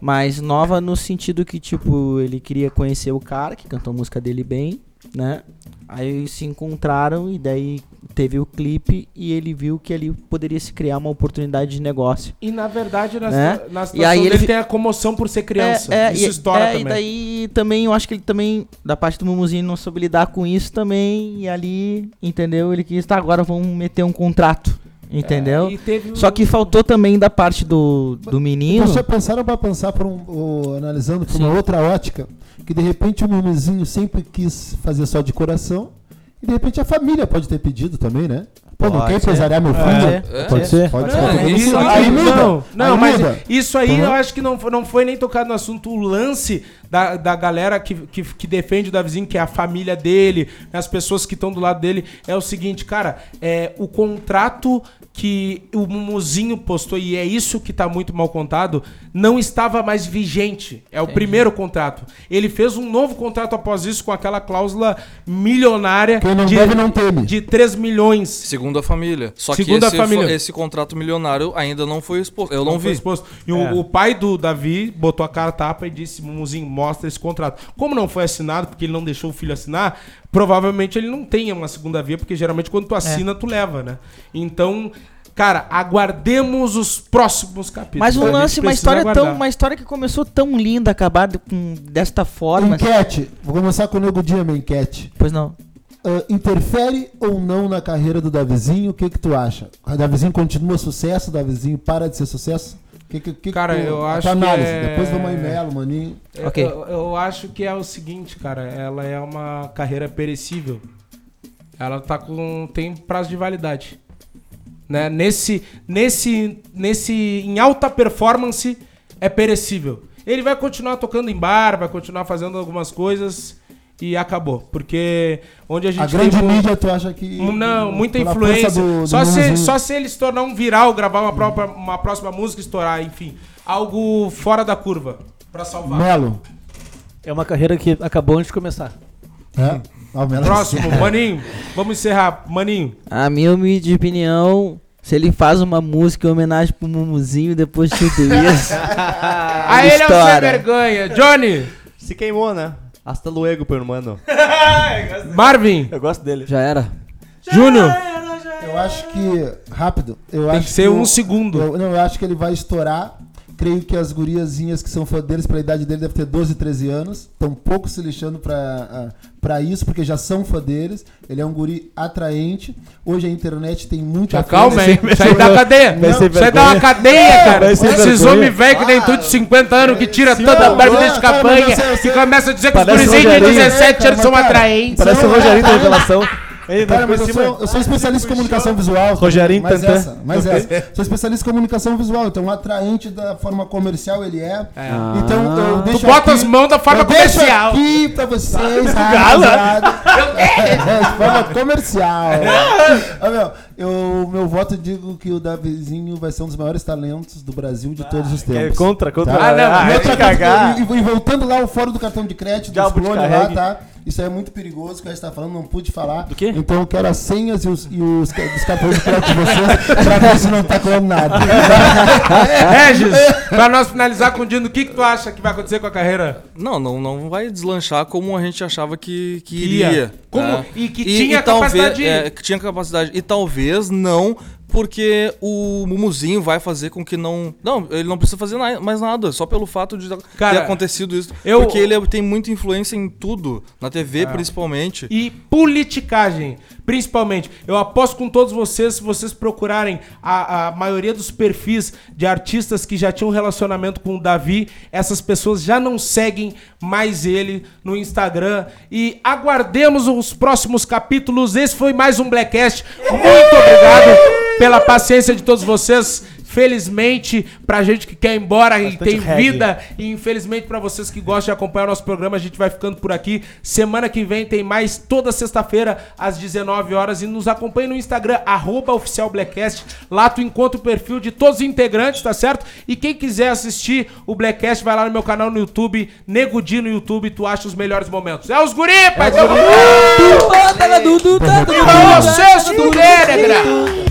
Mas nova no sentido que, tipo, ele queria conhecer o cara, que cantou a música dele bem, né? Aí se encontraram e daí teve o clipe e ele viu que ali poderia se criar uma oportunidade de negócio. E na verdade, na, Né? na E aí situação ele dele fi- tem a comoção por ser criança. É, é, isso e, estoura é, também. E daí também eu acho que ele também, da parte do Mumuzinho, não soube lidar com isso também. E ali, entendeu? Ele quis, tá, agora vamos meter um contrato. Entendeu? É, E teve um Só que faltou também da parte do, do menino. Vocês já pensaram pra pensar por um, o- analisando por uma outra ótica? Que de repente o mimizinho sempre quis fazer só de coração. E de repente a família pode ter pedido também, né? Pô, não Pode quer ser. empresariar meu filho? Pode ser? Pode Não, ser. isso Aí Aí muda. não, não, Aí mas é- muda. isso Uhum. aí eu acho que não, foi- não foi nem tocado no assunto o lance da, da galera que, que, que defende o Davizinho, que é a família dele, né, as pessoas que estão do lado dele. É o seguinte, cara, é, o contrato que o Mumuzinho postou, e é isso que tá muito mal contado, não estava mais vigente. É o primeiro contrato. Ele fez um novo contrato após isso com aquela cláusula milionária Quem não de, deve não teme. de 3 milhões. Segundo a família. Só Segundo que a esse, família. fo- esse contrato milionário ainda não foi exposto. Eu não, Não foi vi. exposto. E o- É. o, pai do Davi botou a cara a tapa e disse: Mumuzinho, mostra esse contrato. Como não foi assinado, porque ele não deixou o filho assinar, É. provavelmente ele não tenha uma segunda via, porque geralmente quando tu assina, tu leva, né? Então. Cara, aguardemos os próximos capítulos. Mas um A gente lance, uma precisa história tão, aguardar. uma história que começou tão linda, acabada com, desta forma. Enquete. Vou começar com o Nego Dia, minha enquete. Pois não. Ah, interfere ou não na carreira do Davizinho? O que que tu acha? O Davizinho continua sucesso? O Davizinho para de ser sucesso? Que, que, que Cara, que tu- eu a tua acho análise. que é- Depois vamos em Melo, Maninho. Eu- É, Eu, eu acho que é o seguinte, cara. Ela é uma carreira perecível. Ela tá com tem prazo de validade, né? Nesse nesse nesse em alta performance é perecível. Ele vai continuar tocando em bar, vai continuar fazendo algumas coisas e acabou, porque onde a gente A grande mu- mídia, tu acha que... não, muita pela influência. força do- né? do só, se, Mumuzinho? só se ele se tornar um viral, gravar uma, própria, uma próxima música, e estourar, enfim. Algo fora da curva. Pra salvar. Melo. É uma carreira que acabou antes de começar. É? Ah, o Melo- Próximo, Maninho. Vamos encerrar. Maninho. A minha humilde opinião, se ele faz uma música em homenagem pro Mumuzinho depois de tudo isso. A ele é um sem vergonha. Johnny. Se queimou, né? Hasta luego, meu irmão. Marvin. Eu gosto dele. Já era. Júnior. Eu acho que. Rápido. Eu Tem acho que ser eu- um segundo. Eu, não, eu acho que ele vai estourar. Creio que as guriazinhas que são fã deles, pela idade dele, deve ter 12, 13 anos. Estão pouco se lixando pra, ah, pra isso, porque já são fã deles. Ele é um guri atraente. Hoje a internet tem muita. Já calma, coisa- Tá hein? Isso aí dá cadeia. Não, Isso aí dá uma cadeia, cara. Esses homens velhos que nem tu de 50 anos, que tira toda a barba Ah. não, desse cara, mas capanha, eu sei, eu que começa a dizer que os Parece gurizinhos de Rogerinho. 17 anos Cara, são mas, cara, atraentes. parece é um o Rogerinho da revelação. Ei, Cara, não, mas eu Silvio. sou, eu sou especialista em comunicação visual. Rogerinho mais Tantan. essa, mais Ok. essa. Sou especialista em comunicação visual, então atraente da forma comercial ele é. Então eu Ah. Tu deixo bota aqui- as mãos da forma eu deixo comercial. aqui pra vocês, Gala. rapaziada. É, de forma comercial. Ó, meu, eu, meu voto eu digo que o Davizinho vai ser um dos maiores talentos do Brasil de todos os tempos. é contra, contra. Tá? Ah, não, E vai outra coisa te que- cagar. E, e voltando lá, o fórum do cartão de crédito, dos Diabo te clones lá, carregue. tá? Isso aí é muito perigoso, que a gente tá falando, não pude falar. Do quê? Então eu quero as senhas e os, e os, ca- dos cartões de crédito de vocês, pra ver se não tá colando nada. Regis, pra nós finalizar com o Dino, o que, que tu acha que vai acontecer com a carreira? Não, não, não vai deslanchar como a gente achava que, que Queria. iria. Como- né? e que tinha capacidade de- é, que tinha capacidade. E talvez não, porque o Mumuzinho vai fazer com que não. Não, ele não precisa fazer na- mais nada, só pelo fato de Cara, ter acontecido isso. eu- É. porque ele é- tem muita influência em tudo, na TV principalmente. E politicagem, principalmente. Eu aposto com todos vocês, se vocês procurarem a, a maioria dos perfis de artistas que já tinham relacionamento com o Davi, essas pessoas já não seguem mais ele no Instagram. E aguardemos os próximos capítulos. Esse foi mais um Blackcast. Muito obrigado pela paciência de todos vocês. Felizmente, pra gente que quer ir embora e tem reggae. vida, e infelizmente pra vocês que gostam de acompanhar o nosso programa, a gente vai ficando por aqui. Semana que vem tem mais toda sexta-feira às 19 horas e nos acompanhe no Instagram arroba @oficialblackcast. Lá tu encontra o perfil de todos os integrantes, tá certo? E quem quiser assistir o Blackcast, vai lá no meu canal no YouTube, Nego Di no YouTube, tu acha os melhores momentos. É os guri, É pai! E pra vocês, né, negra!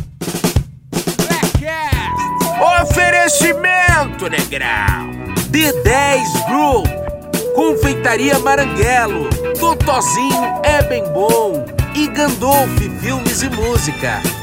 Oferecimento, negrão. D10 Group. Confeitaria Maranguelo. Totozinho é bem bom. E Gandolf Filmes e Música.